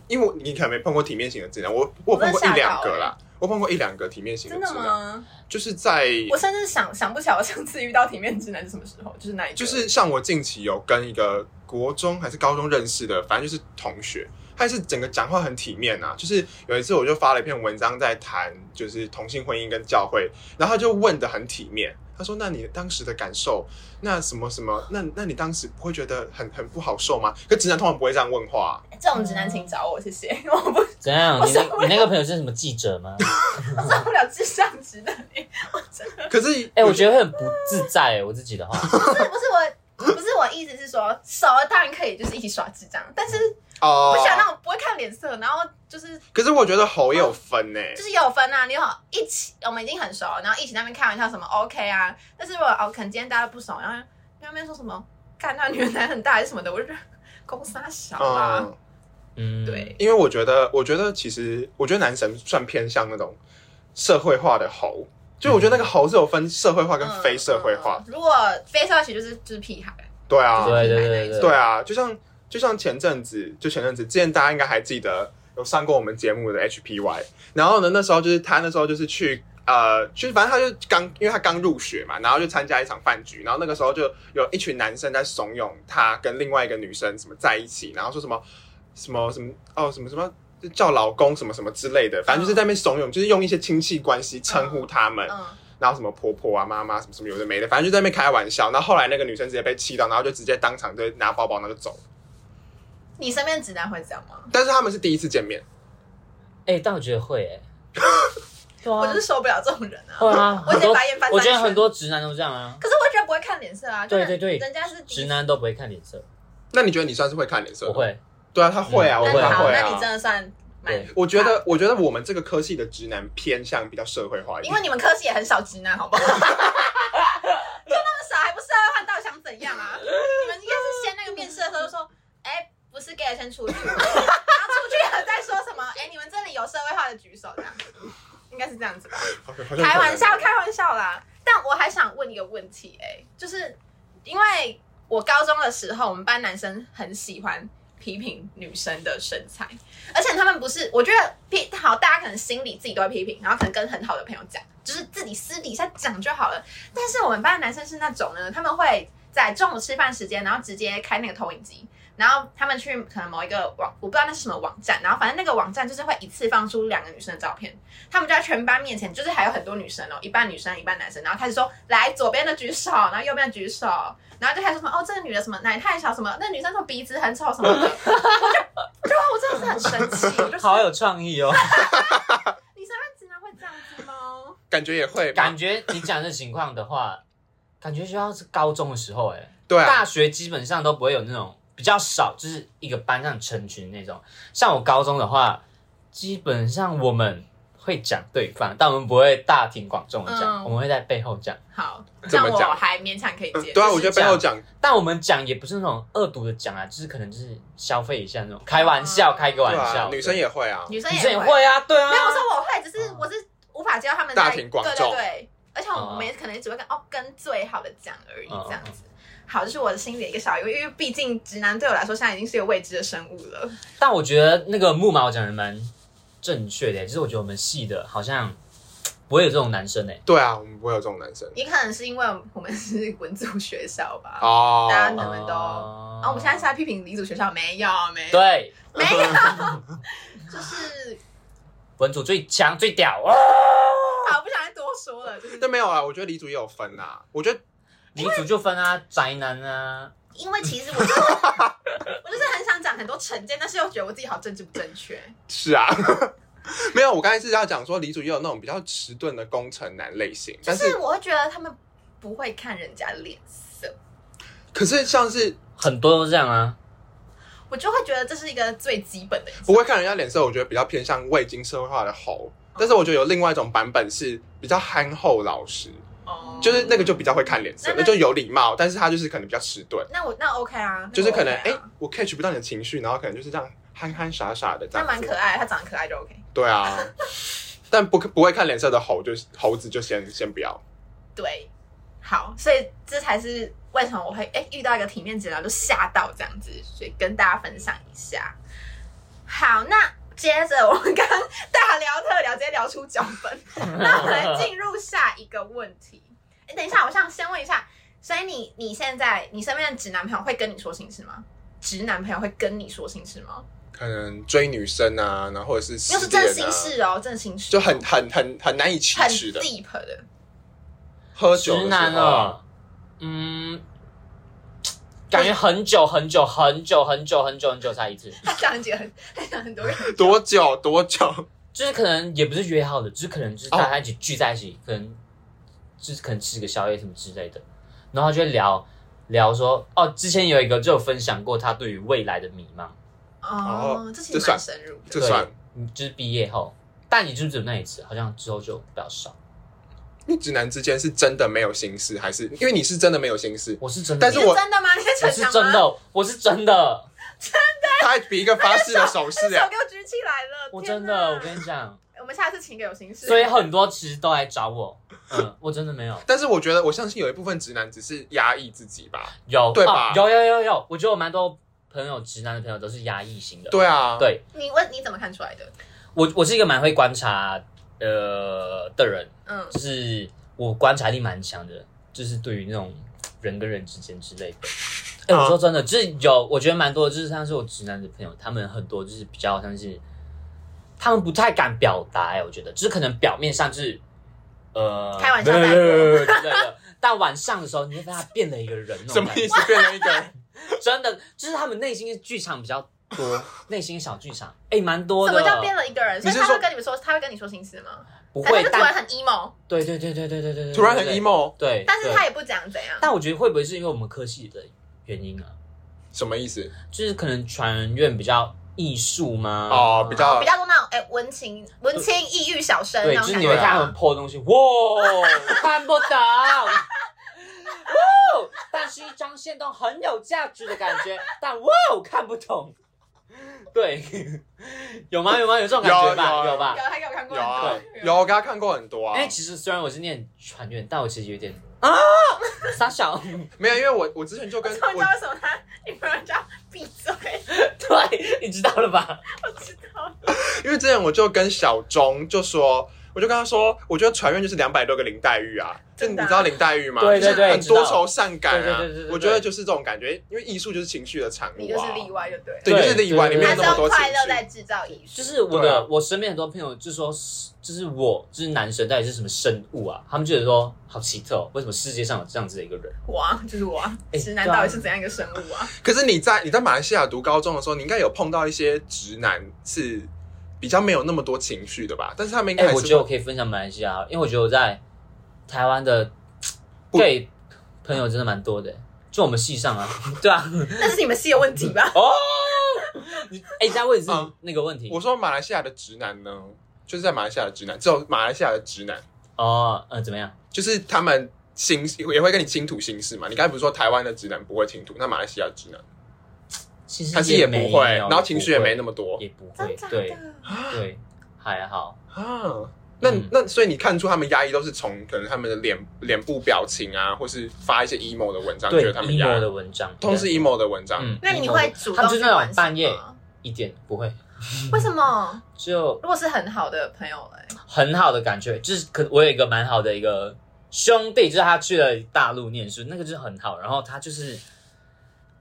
因为我你可能没碰过体面型的直男，我我有碰过一两个啦，我碰过一两个体面型对的欸真直的男，吗？就是在我甚至想想不起来我上次遇到体面直男是什么时候，就是那一个，就是像我近期有跟一个国中还是高中认识的，反正就是同学，他也是整个讲话很体面啊。就是有一次我就发了一篇文章在谈就是同性婚姻跟教会，然后他就问的很体面，他说：“那你当时的感受，那什么什么，那那你当时不会觉得很 很不好受吗？”可直男通常不会这样问话啊、这种直男请找我，谢谢，我不怎样？我你那受不了你那个朋友是什么记者吗？我受不了智商直男，我真的可是，哎、我觉得会很不自在、欸，我自己的话，不是不是我。不是我意思是说，熟了当然可以，就是一起耍智障，但是得哦我，想那种不会看脸色，然后就是可是我觉得猴也有分欸呢、就是有分啊，你有一起，我们已经很熟，然后一起在那边开玩笑什么 OK 啊，但是如果哦，可能今天大家不熟，然后在那边说什么干那女人奶很大还是什么的，我就觉得公杀小啊，嗯，嗯，对，因为我觉得，我觉得其实，我觉得男神算偏向那种社会化的猴，就我觉得那个猴是有分社会化跟嗯非社会化。嗯嗯如果非社会化其实就是就是屁孩，对啊，对对对对对啊，就像就像前阵子，就前阵子之前大家应该还记得有上过我们节目的 HPY，然后呢，那时候就是他那时候就是去。呃，就是反正他就刚，因为他刚入学嘛，然后就参加一场饭局，然后那个时候就有一群男生在怂恿他跟另外一个女生什么在一起，然后说什么什么什么哦什么什么叫老公什么什么之类的，反正就是在那边怂恿，就是用一些亲戚关系称呼他们，嗯，然后什么婆婆啊、妈妈什么什么有的没的，反正就在那边开玩笑。然后后来那个女生直接被气到，然后就直接当场就拿包包，然后就走了。你身边的直男会这样吗？但是他们是第一次见面，哎、但我觉得会、 欸，对啊我就是受不了这种人啊，会啊，我很得多把眼翻三圈我觉得很多直男都这样啊，可是我觉得不会看脸色啊，就是对对对人家是第一直，男都不会看脸色，那你觉得你算是会看脸色？我。会，对啊，他会啊，嗯我那觉你得他好，会那你真啊。的算蛮，对 我觉得，我觉得我们这个科系的直男偏向比较社会化一因点为。你们科系也很少直男，好不好？就那么少，还不社会化，你到底想怎样啊？你们应该是先那个面试的时候就说，哎、不是 gay 的先出去，然后出去了再说什么，哎、你们这里有社会化的举手这样，应该是这样子吧？好像好像开玩笑，开玩笑啦。但我还想问一个问题、哎，就是因为我高中的时候，我们班男生很喜欢批评女生的身材，而且他们不是，我觉得批好，大家可能心里自己都会批评，然后可能跟很好的朋友讲，就是自己私底下讲就好了。但是我们班的男生是那种呢，他们会在中午吃饭时间，然后直接开那个投影机。然后他们去可能某一个网，我不知道那是什么网站，然后反正那个网站就是会一次放出两个女生的照片，他们就在全班面前，就是还有很多女生哦，一半女生一半男生，然后开始说来左边的举手，然后右边的举手，然后就开始说什么哦这个女的什么奶太小什么，那女生说鼻子很丑什么 的，我就就我真的是很生气，我就好说有创意哦。 你身边直男会这样子吗？感觉也会吧感觉你讲这情况的话，感觉就要是高中的时候、欸，对啊，大学基本上都不会有那种比较少，就是一个班上成群那种。像我高中的话，基本上我们会讲对方，但我们不会大庭广众的讲，嗯我们会在背后讲。好，这怎样么我讲还勉强可以嗯接受。对啊，我觉得背后讲但我们讲也不是那种恶毒的讲啊，就是可能就是消费一下那种，开玩笑，嗯开个对玩啊笑。，女生也会啊，女生女也生也会，会啊，对啊。没有我说我会，只是我是无法接受他们嗯在大庭广众对对对，而且我嗯们也可能只会跟哦跟最好的讲而已，嗯这样子。好，这是我的心里的一个小疑问，因为毕竟直男对我来说现在已经是一个未知的生物了。但我觉得那个木马我讲的蛮正确的耶，就是我觉得我们系的好像不会有这种男生哎，对啊，我们不会有这种男生也可能是因为我们是文组学校吧。哦。大家他可能都啊，我们现在是在批评理组学校，没有，没有，哦对没有， 就是文组最强最屌啊！好，不想再多说了，就是但没有啦，啊我觉得李主也有分啦。我觉得女主就分啊，宅男啊， 因为其实我就是我就是很想讲很多成见，但是又觉得我自己好政治不正确。是啊， 没有。我刚才是要讲说，李主也有那种比较迟钝的工程男类型，但就是是我会觉得他们不会看人家脸色，可是像是很多都这样啊。我就会觉得这是一个最基本的。不会看人家脸色，我觉得比较偏向未经社会化的猴。但是我觉得有另外一种版本是比较憨厚老实，哦就是那个就比较会看脸色，那那就有礼貌，但是他就是可能比较迟钝，那我那 OK 啊，就是可能哎、哎、我 catch 不到你的情绪，然后可能就是这样憨憨傻傻的这他样蛮子可。爱，他长得可爱就 OK。对啊，但不不会看脸色的猴就是猴子就先先不要。对，好，所以这才是为什么我会哎、遇到一个体面治疗就吓到这样子，所以跟大家分享一下。好，那接着我们刚刚大聊特聊，直接聊出脚本，那我们来进入下一个问题。哎、等一下，我想先问一下，所以你你现在你身边的直男朋友会跟你说心事吗？直男朋友会跟你说心事吗？可能追女生啊，然后或者是失又是恋真啊心事哦，真心事，就很很很很难以启很齿的。 deep 的， 喝酒的时候直男哦，嗯，感觉很久很久很久很久很久很久才一次，他讲几个很，他讲很多人。多久多久？ 就是可能也不是约好的，就是可能就是大家一起聚在一起，可能就是可能吃个宵夜什么之类的，然后就会聊聊说哦，之前有一个就有分享过他对于未来的迷茫，哦，这其这实蛮算深入的。这算对，嗯就是毕业后，但也就只有那一次，好像之后就比较少。因为直男之间是真的没有心事，还是因为你是真的没有心 事？我是真的，但是你我真的吗？你在我逞是强吗？真的，我是真的，他还比一个发誓的手势 手哎，给我举起来了！ 我天真哪啊的，我跟你 讲，我们下次请给有心事。所以很多其实都来找我，嗯，我真的 没有。但是我觉得我相信有一部分直男只是压抑自己吧。有对啊吧有有有有，我觉得我蛮多朋友，直男的朋友都是压抑型的。对啊，对你问你怎么看出来的？我我是一个蛮会观察呃的人，嗯，就是我观察力蛮强的，就是对于那种人跟人之间之类的。哎、啊我说真的，就是有，我觉得蛮多的，就是像是我直男的朋友，他们很多就是比较像是，他们不太敢表达、哎，我觉得，就是可能表面上就是，呃，开玩笑带过之 类的，但晚上的时候，你会发现他变了一个人，什那种么感觉意思？变成一个 人？真的，就是他们内心的剧场比较多，内心小剧场，哎、蛮多什的。么叫变了一个人？所以你他是会说跟你们说，他会跟你说心事吗？不他会就，突然但很 emo，对对对对对对对对，突然很对 emo，对，但是对他也不讲怎样。但我觉得会不会是因为我们科系的原因啊？什么意思？就是可能传院比较艺术吗？哦，比较比较多那种哎文情文青抑郁小生对，那就种感是你会觉啊看他们吧。破 东西，哇，看不懂，哇，但是一张线都很有价值的感觉，但哇，看不懂。对，有吗？有吗？有这种感觉吧？有有有有吧？他给我看过有很多，啊，有我给他看过很多啊因为。其实虽然我是念传院，但我其实有点啊，傻小， 没有，因为我我之前就跟终于知我道为什么他女朋友叫闭嘴，对，你知道了吧？我知道。因为之前我就跟小钟就说，我就跟他说，我觉得船员就是两百多个林黛玉啊，就真你的啊知道林黛玉吗？对对就是很对知道多愁善感啊对对对对对。对我觉得就是这种感觉，因为艺术就是情绪的产物啊。你就是例外就对了，对，就是例外，对里对面有这他是么用多情快乐在绪。制造艺术就。是我对的，啊我身边很多朋友就说，就是我，就是男神到底是什么生物啊？他们觉得说好奇特、哦，为什么世界上有这样子的一个人？我啊，就是我啊，哎直男对啊到底是怎样一个生物啊？可是你在你在马来西亚读高中的时候，你应该有碰到一些直男是比较没有那么多情绪的吧？但是他们应哎、该还我是觉得我可以分享马来西亚，因为我觉得我在台湾的不对朋友真的蛮多的，就我们系上 啊，对啊，那是你们系的问题吧？哦，你哎，再问一次嗯那个问题我说马来西亚的直男呢，就是在马来西亚的直男，只有马来西亚的直男，哦，呃，怎么样？就是他们心也会跟你倾吐心事嘛。你刚才不是说台湾的直男不会倾吐，那马来西亚的直男其实还是也不没会，有然后情绪也不会没那么多也不会真，假对的？对，还好，啊。那嗯那所以你看出他们压抑都是从可能他们的脸脸部表情啊，或是发一些 emo 的文章，觉对得他们压 emo 的抑，文章，通是 emo 的文章。嗯，那你 emo 会的主他动们就去那关种心半夜吗一点不会，为什么？就如果是很好的朋友嘞，很好的感觉，就是可我有一个蛮好的一个兄弟，就是他去了大陆念书，那个就是很好。然后他就是，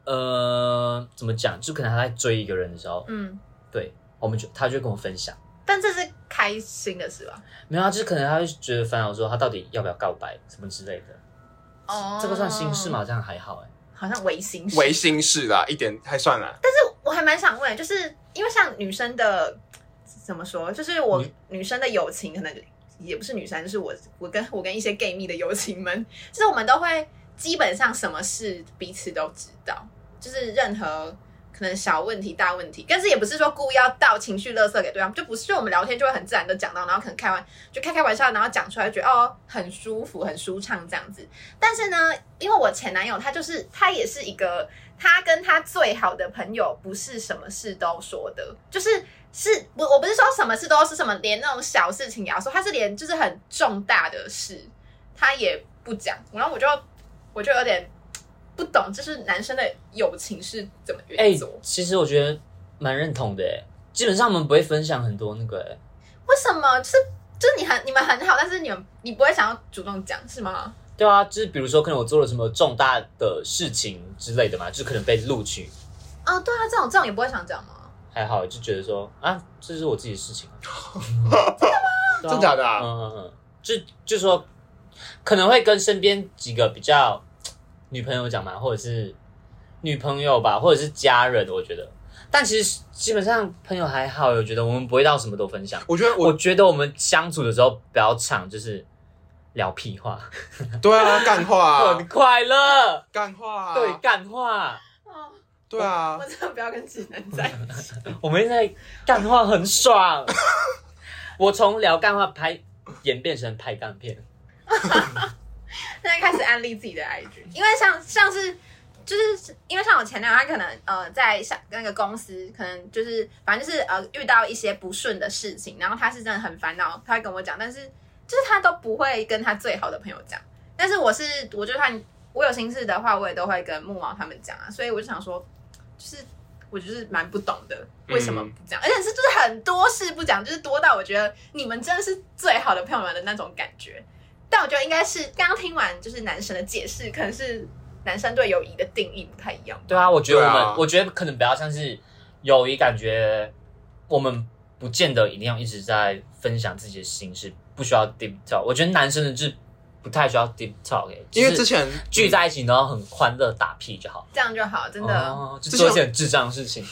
呃，怎么讲？就可能他在追一个人的时候，嗯，对我们就他就跟我分享，但这是开心的事吧？没有啊，就是可能他会觉得烦恼说他到底要不要告白什么之类的。哦这个算心事？吗？这样还好哎、好像唯心事。唯心事啦，一点还算啦。我还蛮想问，就是因为像女生的怎么说，就是我女女生的友情可能也不是女生，就是我我跟我跟一些 gay 蜜的友情们，就是我们都会基本上什么事彼此都知道，就是任何。可能小问题、大问题，但是也不是说故意要倒情绪垃圾给对方，就不是就我们聊天就会很自然的讲到，然后可能开玩就开开玩笑，然后讲出来就觉得哦很舒服、很舒畅这样子。但是呢，因为我前男友他就是他也是一个，他跟他最好的朋友不是什么事都说的，就是是我我不是说什么事都是什么，连那种小事情也要说，他是连就是很重大的事他也不讲，然后我就我就有点不懂，就是男生的友情是怎么哎、运作。其实我觉得蛮认同的哎、基本上我们不会分享很多那个哎、为什么？就是就是你很你们很好，但是你们你不会想要主动讲是吗？对啊，就是比如说可能我做了什么重大的事情之类的嘛，就可能被录取，哦，对啊，这种这种也不会想讲吗？还好就觉得说啊，这是我自己的事情啊。 真真假的嗯啊？嗯嗯，就就说可能会跟身边几个比较女朋友讲嘛，或者是女朋友吧，或者是家人，我觉得。但其实基本上朋友还好，我觉得我们不会到什么都分享。我觉得我我觉得我们相处的时候不要唱，就是聊屁话，对啊，干话 很啊，快乐，干话啊，对干话。哦，对啊我，真的不要跟直男在一起。我们在干话 很爽。我从聊干话拍演变成拍干片，现在开始安利自己的 IG，因为像像是就是因为像我前男友，他可能呃在上那个公司，可能就是反正就是呃遇到一些不顺的事情，然后他是真的很烦恼，他会跟我讲，但是就是他都不会跟他最好的朋友讲。但是我是我就算我有心事的话，我也都会跟木毛他们讲啊，所以我就想说，就是我就是蛮不懂的，为什么不嗯讲？而且是就是很多事不讲，就是多到我觉得你们真的是最好的朋友们的那种感觉。但我觉得应该是刚刚听完就是男生的解释，可能是男生对友谊的定义不太一样。对啊，我觉得我们，对啊我觉得可能比较像是友谊，感觉我们不见得一定要一直在分享自己的心事，不需要 deep talk。我觉得男生的是不太需要 deep talk，、欸、因为就是之前聚在一起，然后很欢乐打屁就好，这样就好，真的。哦、就做一些很智障的事情。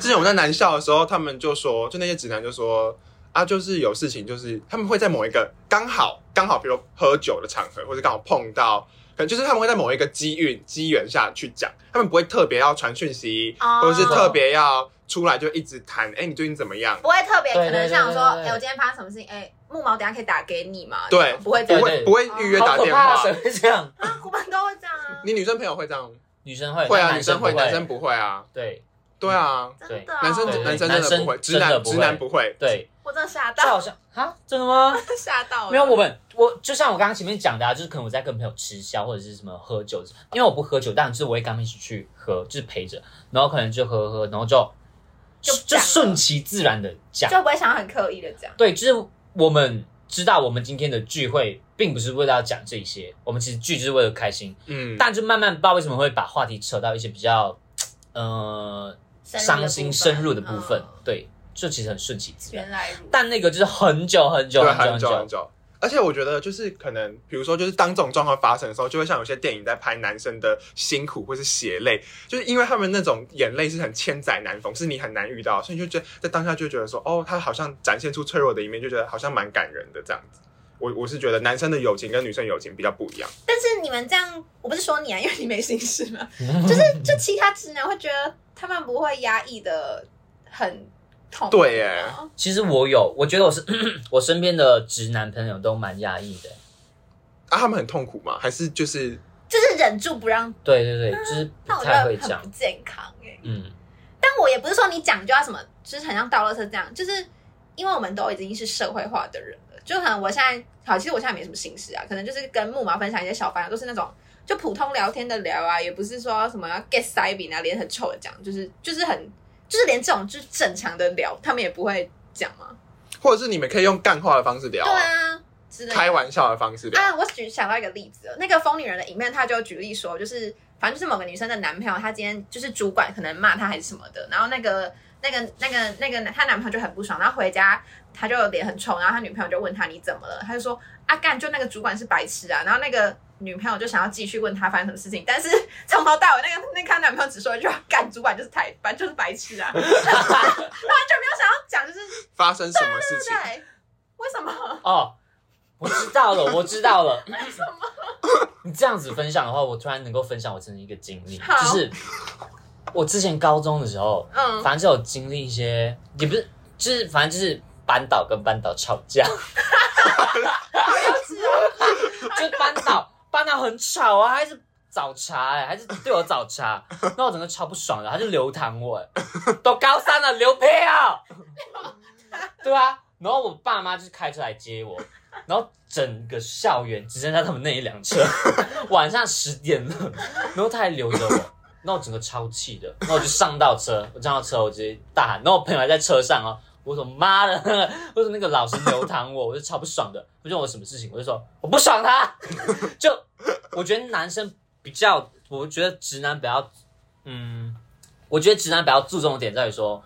之前我们在南校的时候，他们就说，就那些直男就说啊，就是有事情，就是他们会在某一个刚好刚好，比如喝酒的场合，或者刚好碰到，可能就是他们会在某一个机遇机缘下去讲，他们不会特别要传讯息，啊哦或者是特别要出来就一直谈，哎、你最近怎么样？不会特别对可能对像对说，对哎、对我今天发生什么事情？哎、木毛，等一下可以打给你吗？对不会这不样会对不会预约打好可电怕啊，话谁？会这样？啊， 虎们都会这样啊，你女生朋友会这样？女生会，会但啊，女男生不会，男生不会啊。对对啊，真的哦、男生对男生真男的生不会，直真的男不会直男不会。对，我真的吓就好到，像啊，真的吗？吓 到了。没有，我们我就像我刚刚前面讲的啊，就是可能我在跟朋友吃宵或者是什么喝酒，因为我不喝酒，但是我会跟他们一起去喝，就是陪着，然后可能就喝喝，然后就就就讲了顺其自然的讲，就不会想要很刻意的讲。对，就是我们知道我们今天的聚会并不是为了要讲这些，我们其实聚就是为了开心，嗯，但就慢慢不知道为什么会把话题扯到一些比较呃深入的部伤分心深入的部分，嗯对，就其实很顺其自然，原来如此。但那个就是很久很久对，很久很久很久。而且我觉得，就是可能，比如说，就是当这种状况发生的时候，就会像有些电影在拍男生的辛苦或是血泪，就是因为他们那种眼泪是很千载难逢，是你很难遇到，所以你就觉得在当下就觉得说，哦，他好像展现出脆弱的一面，就觉得好像蛮感人的这样子。我我是觉得男生的友情跟女生友情比较不一样，但是你们这样，我不是说你啊，因为你没心事嘛。 就是就其他直男会觉得他们不会压抑的很痛苦吗。对耶其实我有，我觉得我是 我身边的直男朋友都蛮压抑的。啊，他们很痛苦吗？还是就是就是忍住不让，对对对，就是不嗯那我觉太得会很讲不。健康哎、嗯，但我也不是说你讲就要什么，就是很像倒垃圾这样，就是因为我们都已经是社会化的人了，就可能我现在好，其实我现在没什么心事啊，可能就是跟木马分享一些小烦恼，都是那种 就普通聊天的聊啊，也不是说什么要 get 塞饼啊，脸很臭的讲，就是就是很就是连这种就是正常的聊，他们也不会讲吗？或者是你们可以用干话的方式聊对啊，啊，之类的开玩笑的方式聊。啊，我举想到一个例子，那个疯女人的影片，她就举例说，就是反正就是某个女生的男朋友，她今天就是主管可能骂她还是什么的，然后那个那个那个那个她男朋友就很不爽，然后回家她就脸很臭，然后她女朋友就问她你怎么了，她就说啊干，就那个主管是白痴啊，然后那个。女朋友就想要继续问她发生什么事情，但是从头到尾那个那个她男朋友只说一句话：“干主管就是台，反正就是白痴啊。”他 完全没有想要讲，就是发生什么事情？对，为什么？哦，我知 道了，我知道了。你这样子分享的话，我突然能够分享我曾经一个经历，好就是我之前高中的时候，嗯，反正就有经历一些，也不是，就是反正就是班导跟班导吵架，就班导班导很吵啊，还是早茶哎、还是对我早茶，那我整个超不爽的，他就流淌我、哎都高三了，流屁啊！对啊，然后我爸妈就是开车来接我，然后整个校园只剩下他们那一辆车，晚上十点了，然后他还留着我，那我整个超气的，那我就上到车，我上到车我直接大喊，然后我朋友还在车上哦，我说妈的，我说那个老师流淌我，我就超不爽的，不知道我什么事情，我就说我不爽他， 就我觉得男生比较，我觉得直男比较，嗯，我觉得直男比较注重的点在于说。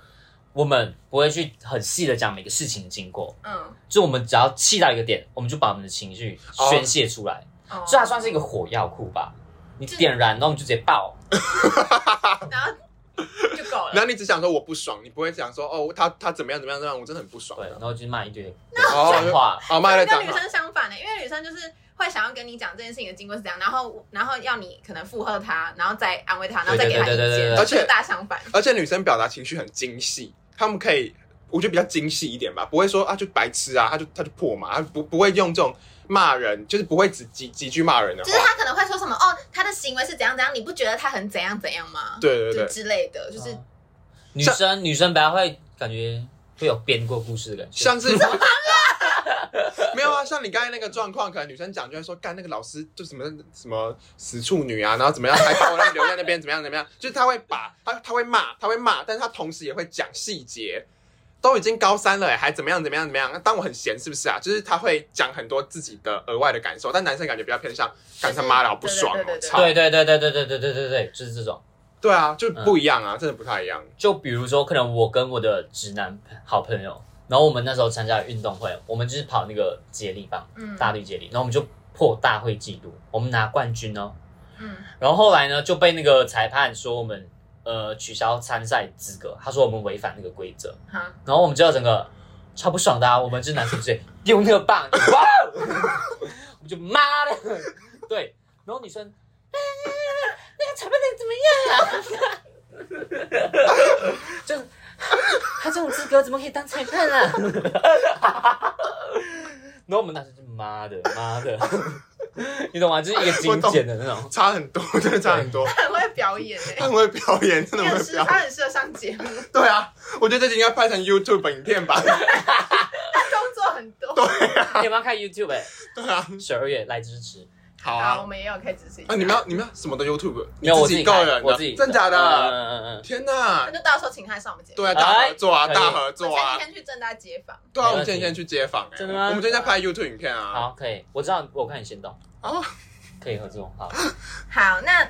我们不会去很细的讲每个事情的经过，嗯，就我们只要气到一个点，我们就把我们的情绪宣泄出来，哦所以它算是一个火药库吧。你点燃，然后我们就直接爆。然后就够然了。后你只想说我不爽，你不会讲说哦，他他怎么样怎么样怎么样，我真的很不爽啊对，的。然后就骂一堆哦脏话。哦，骂在跟脏女话，生相反的、因为女生就是会想要跟你讲这件事情的经过是怎样，然后然后要你可能附和她，然后再安慰她，然后再给她意对对对对对见，对就是大相反。而且女生表达情绪很精细，她们可以，我觉得比较精细一点吧，不会说啊就白痴啊，他就他就破嘛，她不不会用这种骂人，就是不会只几几句骂人的就是话。她可能会说什么哦，她的行为是怎样怎样，你不觉得她很怎样怎样吗？对对就对，之类的，就是嗯女生女生比较会感觉会有编过故事的感 觉。像是没有啊，像你刚才那个状况，可能女生讲就会说干那个老师就什么什么死处女啊，然后怎么样，还把我那留在那边，怎么样怎么样，就是她会把她她会骂，她会骂，但是她同时也会讲细节。都已经高三了、欸，还怎么样怎么样怎么样？当我很闲是不是啊？就是她会讲很多自己的额外的感受，但男生感觉比较偏向干他妈的好不爽哦对对、对对操！对对对对对对对对对对，就是这种。对啊，就不嗯一样啊，真的不太一样。就比如说，可能我跟我的直男好朋友，然后我们那时候参加运动会，我们就是跑那个接力棒，嗯大力接力，然后我们就破大会纪录，我们拿冠军哦。嗯，然后后来呢，就被那个裁判说我们呃取消参赛资格，他说我们违反那个规则，好， 然后我们就整个超不爽的、啊，我们这男生直接 用那个棒，哇 哦，我们就妈的，对，然后女生。哎那个裁判那个怎么样啊？ 就是他这种资格怎么可以当裁判啊？ 然后我们当时就妈的妈的， 你懂吗？就是一个我精懂简的那种。差很多，真的差很多。她很会表演诶、他很会表演，真你的很很会适，表她演。很适合上节目，对啊，我觉得这集应该拍成 YouTube 影片吧。 她工作很多。 你有没有看 YouTube？哎、对啊，十二月来支持。好好，我啊。们也有可以支持一下。啊，你们要你们要什么的 YouTube？没有，我你自己个看人我的自己，真假嗯的？嗯嗯嗯天那哪！就到时候请她上我们节目。对啊，大合作啊，哎大合作我啊前！几天去正大街访，对啊，我们没问题今天去街访，哎真的吗我们今天在拍 YouTube 影片嗯，啊。好，可以，我知道，我看你先动，哦，可以合作，好，好，那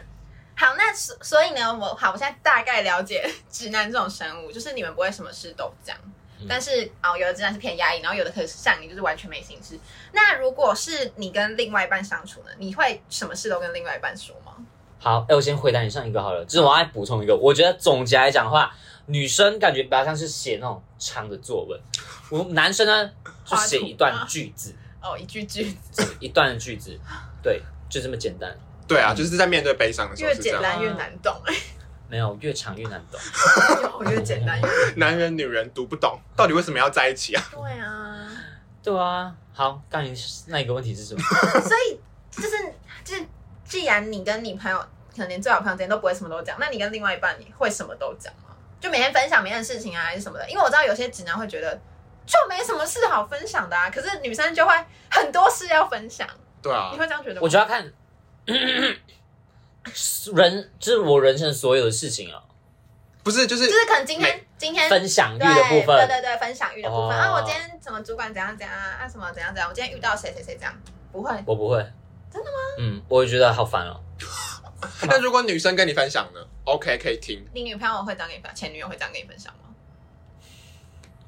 好，那所所以呢，我好，我现在大概了解直男这种生物，就是你们不会什么事都讲，嗯但是哦，有的直男是偏压抑，然后有的可是像你就是完全没心事。那如果是你跟另外一半相处呢，你会什么事都跟另外一半说吗？好，哎、我先回答你上一个好了，就是我要补充一个，我觉得总结来讲的话，女生感觉比较像是写那种长的作文，我男生呢就写一段句子，哦，一句句一段句子，对，就这么简单，对啊，就是在面对悲伤的时候越是这简样。啊单越难懂， 没有越长越难懂，我越简单越难男人女人读不懂，到底为什么要在一起啊？懂。对啊，对啊，好，刚才那一个问题是 什么？所以就是就是，既然你跟你朋友可能连最好的朋友之间都不会什么都讲，那你跟另外一半你会什么都讲吗？就每天分享每件事情啊，还是什么的？因为我知道有些直男会觉得就没什么事好分享的啊，可是女生就会很多事要分享，对啊你，嗯会这样觉得吗？我觉得要看 人，就是我人生所有的事情啊，不不是就是就是可能今天今天分享欲对的部对分，对对，分享欲的部分、哦啊，我今天什么主管怎样怎样啊，啊什么怎样怎样，我今天遇到谁谁谁这样，不会，我不会。真的吗？嗯，我觉得好烦哦。那如果女生跟你分享呢？OK，可以听。你女朋友会这样跟你分享，前女友会这样跟你分享吗？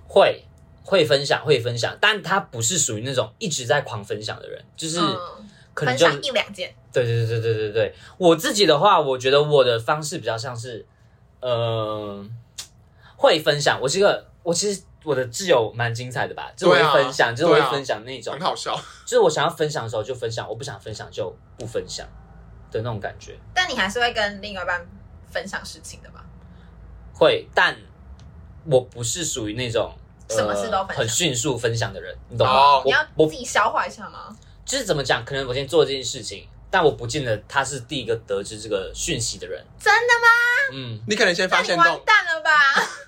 会会分享，会分享，但他不是属于那种一直在狂分享的人，就是嗯，可能分就享一两件，对对对对对对，我自己的话，我觉得我的方式比较像是，呃，会分享。我是一个，我其实我的挚友蛮精彩的吧，就是我对啊会分享，就是我对啊会分享那种，很好笑，就是我想要分享的时候就分享，我不想分享就不分享的那种感觉。但你还是会跟另外一半分享事情的吧？会，但我不是属于那种。呃什么事都分享很迅速分享的人，你懂吗？哦我你要我自己消化一下吗？就是怎么讲，可能我今天做这件事情，但我不见得他是第一个得知这个讯息的人。真的吗？嗯，你可能先那发你现完动，蛋了吧？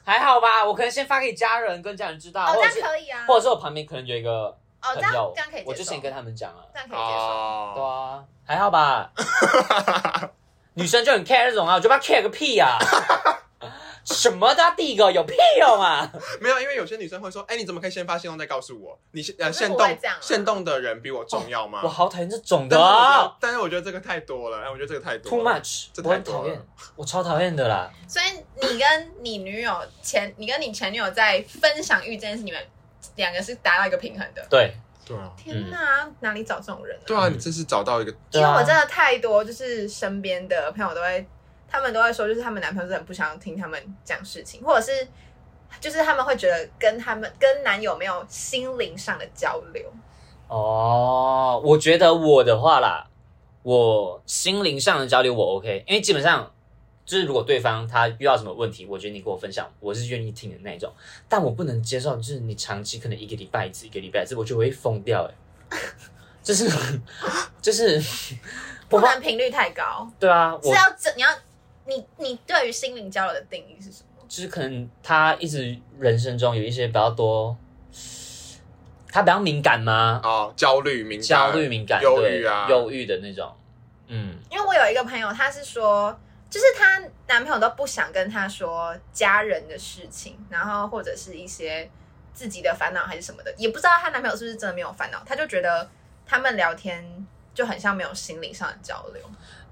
还好吧，我可能先发给家人，跟家人知道，哦，或者这是样可以啊，或者是我旁边可能有一个哦，朋这样友，这样可以接受，我就先跟他们讲啊。这样可以接受。对哦，啊，还好吧。女生就很 care 这种啊，我就不要 care 个屁啊！什么的，啊第一个有屁用啊！没有，因为有些女生会说，哎，你怎么可以先发现动再告诉我？你先呃可是现不动会这样啊现动的人比我重要吗我？好讨厌这种但的是我觉啊得但是我觉得这个太多了，哎我觉得这个太，too 多了。 much，这我太很多了讨厌，我超讨厌的啦。所以你跟你女友前，你跟你前女友在分享欲这件事，你们两个是达到一个平衡的。对，对啊，天哪，哪里找这种人、啊？对啊，嗯你真是找到一个因为我对真啊的太多，就是身边的朋友都会，他们都会说，就是他们男朋友是很不想听他们讲事情，或者是就是他们会觉得跟他们跟男友没有心灵上的交流。哦，我觉得我的话啦，我心灵上的交流我 OK，因为基本上就是如果对方他遇到什么问题，我觉得你跟我分享，我是愿意听的那种。但我不能接受，就是你长期可能一个礼拜一次，一个礼拜一次，我觉得我会疯掉哎、 就是就是，不我怕能频率太高，对啊，是我要整你要你你对于心灵交流的定义是什么？就是可能他一直人生中有一些比较多，他比较敏感吗？哦焦虑、敏感、焦虑、敏感、忧对郁啊，忧郁的那种，嗯。因为我有一个朋友，她是说，就是她男朋友都不想跟她说家人的事情，然后或者是一些自己的烦恼还是什么的，也不知道她男朋友是不是真的没有烦恼，她就觉得他们聊天就很像没有心灵上的交流。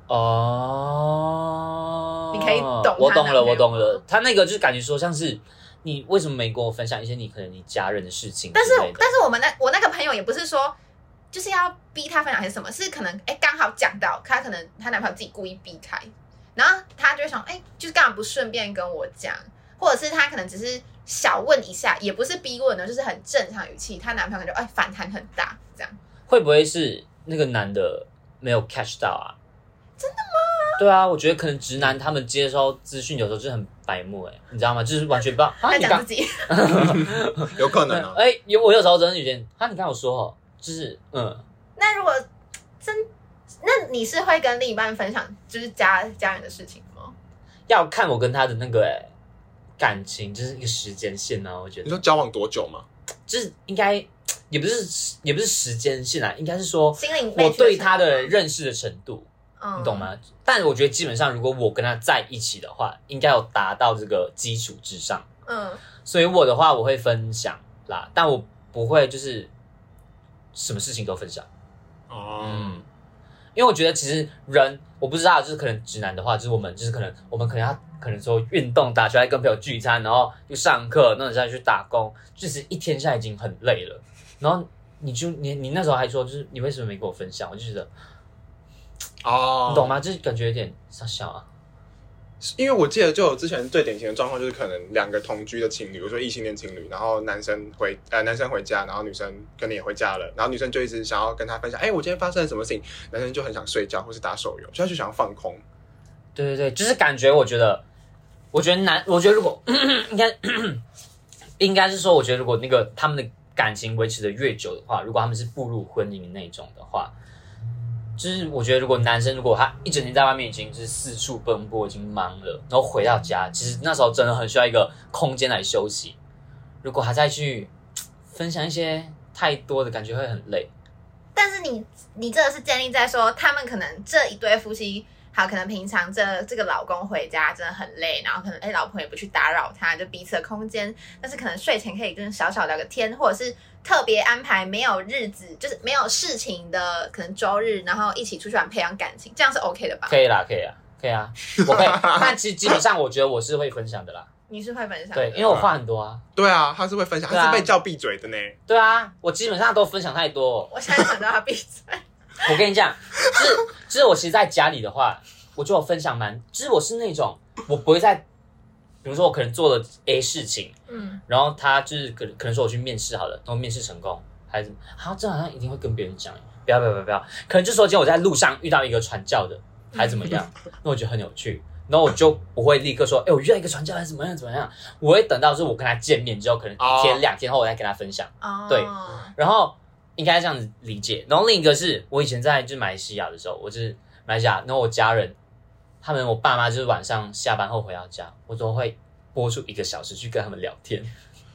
哦，你可以懂我他懂男了，朋我友懂吗了。他那个就是感觉说像是你为什么没跟我分享一些你可能你家人的事情但是之类的，但是我们那我那个朋友也不是说。就是要逼她分享还是什么？是可能哎，刚好讲到她可能她男朋友自己故意避开，然后她就会想哎，就是干嘛不顺便跟我讲？或者是她可能只是小问一下，也不是逼问的，就是很正常语气，她男朋友可能就哎反弹很大这样。会不会是那个男的没有 catch 到啊？真的吗？对啊，我觉得可能直男他们接收资讯有时候就是很白目哎、你知道吗？就是完全不知道。啊，她你讲刚自己，有可能 啊。哎、有我有时候真的有点，啊，你刚有说哦，就是嗯，那如果真，那你是会跟另一半分享就是家家人的事情吗？要看我跟他的那个哎、感情，就是一个时间线啊，我觉得你。说交往多久吗？就是应该也不是也不是时间线啊，应该是说心灵内驱我的对程他度的吗，认识的程度，嗯你懂？吗？但我觉得基本上，如果我跟他在一起的话，应该有达到这个基础之上。嗯，所以我的话，我会分享啦，但我不会就是什么事情都分享。哦嗯，，因为我觉得其实人，我不知道，就是可能直男的话，就是我们就是可能我们可能要可能说运动、打球，还跟朋友聚餐，然后又上课，那你再去打工，就是一天下来已经很累了。然后你就你你那时候还说，就是你为什么没跟我分享？我就觉得哦，你懂吗？就是感觉有点傻笑啊。因为我记得就有之前最典型的状况，就是可能两个同居的情侣，比如说异性恋情侣，然后男生回呃男生回家，然后女生可能也回家了，然后女生就一直想要跟他分享，哎、我今天发生了什么事情，男生就很想睡觉或是打手游，所以他就想要放空。对对对，就是感觉，我觉得，我觉得男，我觉得如果 应该应该是说，我觉得如果那个他们的感情维持的越久的话，如果他们是步入婚姻那种的话，就是我觉得如果男生如果他一整天在外面已经就是四处奔波，已经忙了，然后回到家，其实那时候真的很需要一个空间来休息。如果还再去分享一些太多的感觉，会很累。但是你你这个是建立在说，他们可能这一对夫妻好，可能平常这这个老公回家真的很累，然后可能哎、老婆也不去打扰他，就彼此的空间。但是可能睡前可以跟小小聊个天，或者是特别安排没有日子就是没有事情的，可能周日，然后一起出去玩培养感情，这样是 OK 的吧？可以啦，可以啦，可以啊，我会。但基基本上，我觉得我是会分享的啦。你是会分享的对，因为我话很多啊。对啊，他是会分享，对啊他是被叫闭嘴的呢。对啊，我基本上都分享太多。我现在想到他闭嘴。我跟你讲，就是 就是我其实在家里的话，我就有分享蛮，就是我是那种我不会在，比如说我可能做了 A 事情，嗯，然后他就是可能可能说我去面试好了，然后面试成功还是怎么，啊，这好像一定会跟别人讲，欸不要不要不要不要，可能就说今天我在路上遇到一个传教的，还怎么样，那我觉得很有趣。然后我就不会立刻说，哎、我遇到一个传教还是怎么样怎么样，我会等到就是我跟他见面之后，可能一天、哦两天后我再跟他分享。哦，对然后应该这样子理解。然后另一个是我以前在就是马来西亚的时候，我就是马来西亚，然后我家人他们我爸妈就是晚上下班后回到家，我都会播出一个小时去跟他们聊天。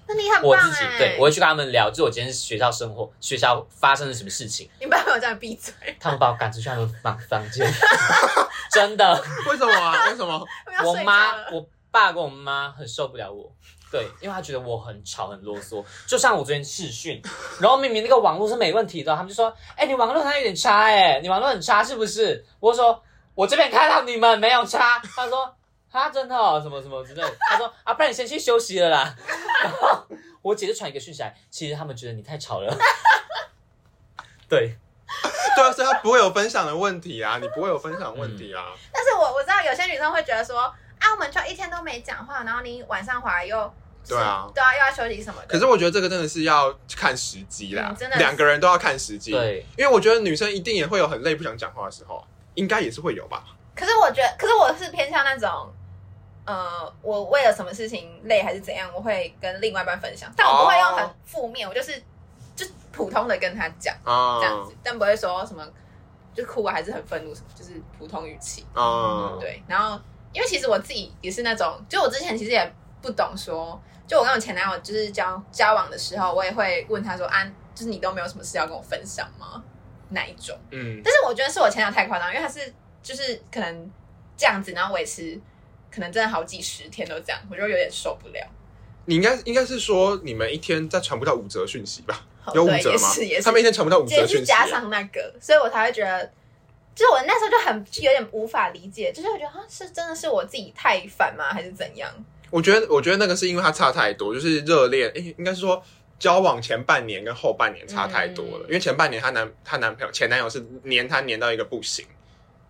那你很棒我自己哎对我会去跟他们聊，就我今天学校生活、学校发生了什么事情， 你爸爸有叫你闭嘴，他们把我赶出去他们房房间，真的，为什么啊？为什么？ 我 要我睡妈觉了、我爸跟我妈很受不了我，对，因为他觉得我很吵、很啰嗦。就像我昨天试训，然后明明那个网络是没问题的，他们就说：“哎、你网络它有点差、哎，你网络很差是不是？”我说：“我这边看到你们没有差。”他说：“啊，真的、哦，什么什么之类的。”他说：“啊，不然你先去休息了啦。” 然后我姐就传一个讯息来，其实他们觉得你太吵了。对，对啊，所以他不会有分享的问题啊，你不会有分享的问题啊。但是我我知道有些女生会觉得说，啊，我们就一天都没讲话，然后你晚上回来又对啊对啊，又要休息什么的。可是我觉得这个真的是要看时机啦嗯真的，是两个人都要看时机。，对，因为我觉得女生一定也会有很累不想讲话的时候，啊应该也是会有吧。可是我觉得，可是我是偏向那种，呃，我为了什么事情累还是怎样，我会跟另外一半分享，但我不会用很负哦面，我就是就普通的跟他讲啊这样子，但不会说什么就哭啊，还是很愤怒什么，就是普通语气。啊，嗯对，然后因为其实我自己也是那种，就我之前其实也不懂说，就我跟我前男友就是交交往的时候，我也会问他说啊，就是你都没有什么事要跟我分享吗？哪一种？嗯，但是我觉得是我前男友太夸张，因为他是就是可能这样子，然后维持可能真的好几十天都这样，我就有点受不了。你应该应该是说你们一天再传不到五则讯息吧？好有五哦对则也吗是也？是他们一天传不到五也则是讯息加啊。上那个，所以我才会觉得，就是我那时候就很就有点无法理解，就是我觉得啊，是真的是我自己太烦吗，还是怎样？我觉得，我觉得那个是因为它差太多，就是热恋，诶应该是说交往前半年跟后半年差太多了。嗯因为前半年她男她男朋友前男友是黏她黏到一个不行，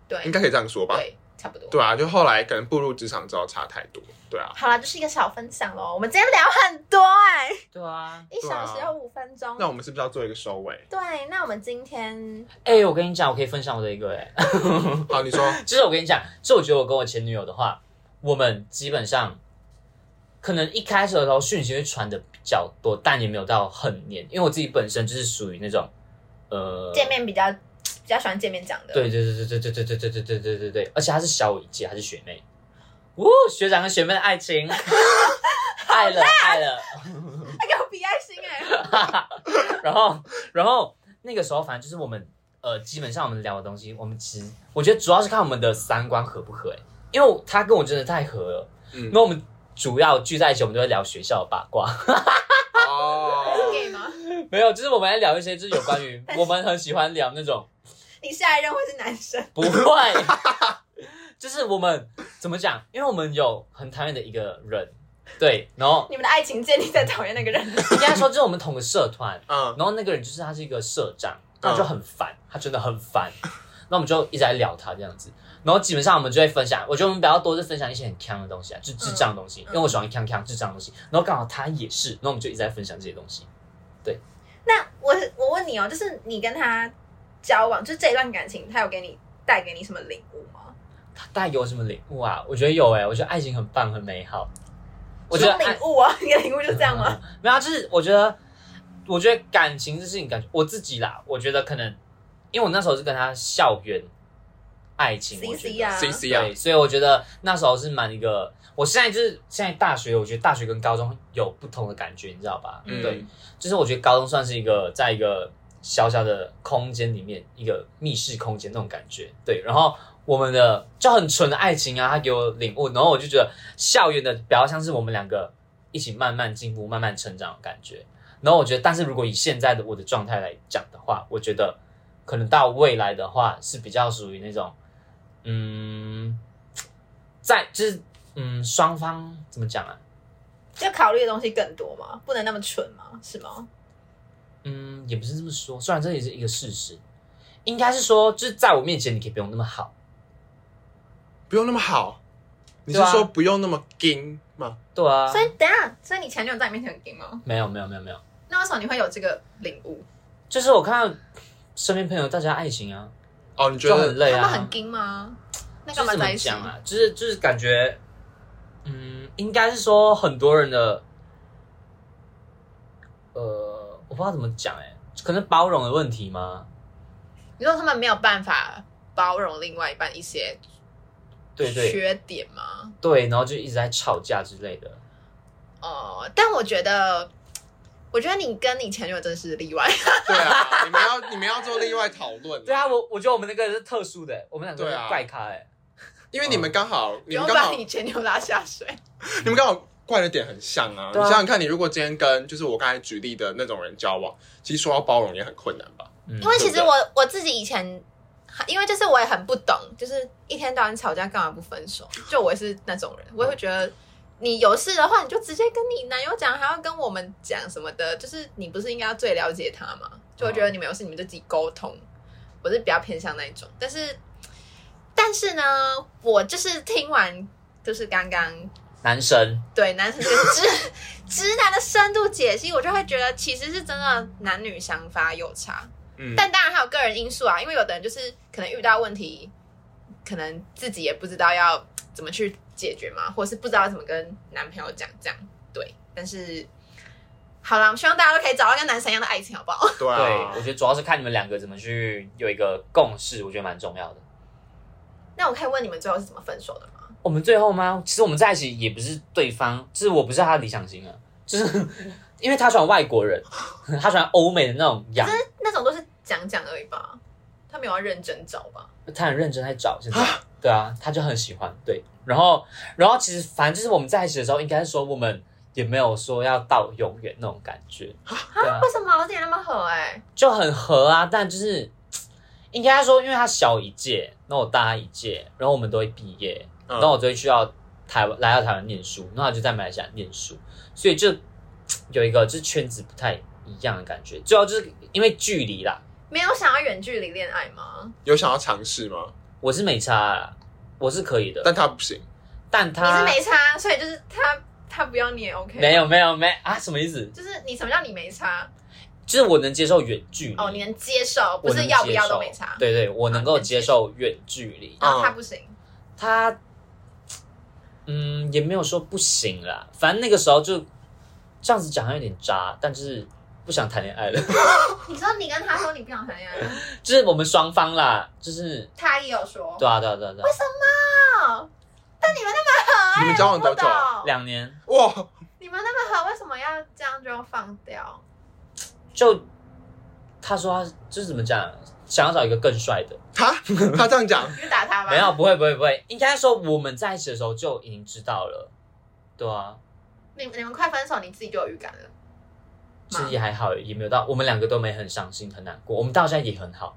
对，应该可以这样说吧？对，差不多。对啊，就后来可能步入职场之后差太多，对啊。好啦，就是一个小分享喽。我们今天聊很多哎、对啊。一小时有五分钟。那我们是不是要做一个收尾？ 对，啊那我们今天哎、我跟你讲，我可以分享我的一个哎、好，你说，就是我跟你讲，就我觉得我跟我前女友的话，我们基本上可能一开始的时候讯息会传的比较多，但也没有到很黏，因为我自己本身就是属于那种呃见。面比较比较喜欢见面讲的，，对对对对对对对对对对对对对，而且她是小我一届，她是学妹，呜，学长跟学妹的爱情，爱了爱了， 还给我比爱心哎、然后然后那个时候反正就是我们呃，基本上我们聊的东西，我们其实我觉得主要是看我们的三观合不合、欸，因为她跟我真的太合了，嗯，那我们主要聚在一起，我们就会聊学校的八卦， 是哦， gay 吗？ 没有，就是我们来聊一些就是有关于我们很喜欢聊那种你下一任会是男生？不会， 就是我们怎么讲？因为我们有很讨厌的一个人，对，然后你们的爱情建立在讨厌那个人， 应该说就是我们同个社团，嗯，然后那个人就是他是一个社长，那嗯就很烦，他真的很烦。那我们就一直在聊他这样子，然后基本上我们就会分享，我觉得我们比较多是分享一些很强的东西啊，就是智障的东西，嗯因为我喜欢强强智障的东西，然后刚好他也是，然后我们就一直在分享这些东西。那我我问你哦，就是你跟他交往，就是这一段感情，他有给你带给你什么领悟吗？带给我什么礼物啊？我觉得有哎、我觉得爱情很棒，很美好。我觉得什么爱领悟啊， 你的领悟就是这样吗？没有、啊，就是我觉得，我觉得感情这事情，感觉我自己啦，我觉得可能，因为我那时候是跟他校园爱情，C 我觉 C 得。啊， ，C C 啊，对，所以我觉得那时候是蛮一个，我现在就是现在大学，我觉得大学跟高中有不同的感觉，你知道吧？嗯对，就是我觉得高中算是一个在一个小小的空间里面一个密室空间那种感觉。对，然后我们的就很纯的爱情啊，他给我领悟，然后我就觉得校园的比较像是我们两个一起慢慢进步、慢慢成长的感觉。然后我觉得，但是如果以现在的我的状态来讲的话，我觉得可能到未来的话是比较属于那种，嗯，在就是嗯双方怎么讲啊？要考虑的东西更多嘛，不能那么蠢嘛，是吗？嗯，也不是这么说，虽然这也是一个事实，应该是说，就是在我面前你可以不用那么好，不用那么好。你是对啊说不用那么硬吗？对啊，所以等一下，所以你前女友在你面前很硬吗？没有没有没有没有，那为什么你会有这个领悟？就是我看到身边朋友大家爱情啊，哦，你觉就很得累他啊，们很硬吗？那干就是嘛怎在么一起？讲啊？就是就是感觉，嗯，应该是说很多人的，呃，我不知道怎么讲哎、可能包容的问题吗？你说他们没有办法包容另外一半一些对对缺点吗？对，然后就一直在吵架之类的。哦、但我觉得，我觉得你跟你前女友真是例外。对啊，你们要你们要做另外讨论，对啊，我我觉得我们那个是特殊的、欸我们两个对是啊怪咖哎、因为你嗯们刚好不你用们 刚把好你前女友拉下水。你们刚好怪的点很像啊。你对啊想想看，你如果今天跟就是我刚才举例的那种人交往，其实说要包容也很困难吧？嗯因为其实我我自己以前，因为就是我也很不懂，就是一天到晚吵架干嘛不分手？就我也是那种人，我也会觉得你有事的话，你就直接跟你男友讲，还要跟我们讲什么的，就是你不是应该要最了解他吗？就我觉得你们有事你们就自己沟通，我是比较偏向那一种，但是但是呢，我就是听完就是刚刚男神，对男生这个直直男的深度解析，我就会觉得其实是真的男女想法有差。嗯，但当然还有个人因素啊，因为有的人就是可能遇到问题，可能自己也不知道要怎么去解决嘛，或者是不知道怎么跟男朋友讲，这样对。但是好啦，我希望大家都可以找到跟男神一样的爱情，好 不好？对对啊，我觉得主要是看你们两个怎么去有一个共识，我觉得蛮重要的。那我可以问你们最后是怎么分手的吗？我们最后吗？其实我们在一起也不是对方，就是我不是他的理想型啊， 就是因为他喜欢外国人， 他喜欢欧美的那种洋，那种都是讲讲而已吧，他没有要认真找吧？他很认真在找，现在对啊，他就很喜欢对，然后然后其实反正就是我们在一起的时候，应该是说我们也没有说要到永远那种感觉，对啊啊，为什么老点那么合、哎，就很合啊，但就是应该说，因为他小一届，那我大他一届，然后我们都会毕业，嗯然后我就会去到台湾，来到台湾念书，然后他就在马来西亚念书，所以就有一个就是圈子不太一样的感觉，主要就是因为距离啦，没有想要远距离恋爱吗？有想要尝试吗？我是没差啦，我是可以的，但但他不行，你是他没差，所以就是他他不要你也 OK，没有没有没啊，什么意思？就是你什么叫你没差？就是我能接受远距离，哦，你能接受，不嗯我能是接要不要受都没差。对对，我啊能你够能接接受远距离，然嗯后啊他不行，他，嗯，也没有说不行啦，反正那个时候就这样子讲，好像有点渣，但就是不想谈恋爱了，你说你跟他说你不想谈恋 爱，就是我们双方啦，就是他也有说，对啊，对啊，对啊，对啊，哦，但你们那么哎合，你们交往多久啊久两年哇，你们那么合，为什么要这样就放掉？就他说他就是怎么讲，想要找一个更帅的，他他这样讲，你就打他吧。没有，，不会，不会，不会，应该说我们在一起的时候就已经知道了，对啊，你你们快分手，你自己就有预感了。其实也还好，也没有到我们两个都没很伤心很难过，我们到现在也很好，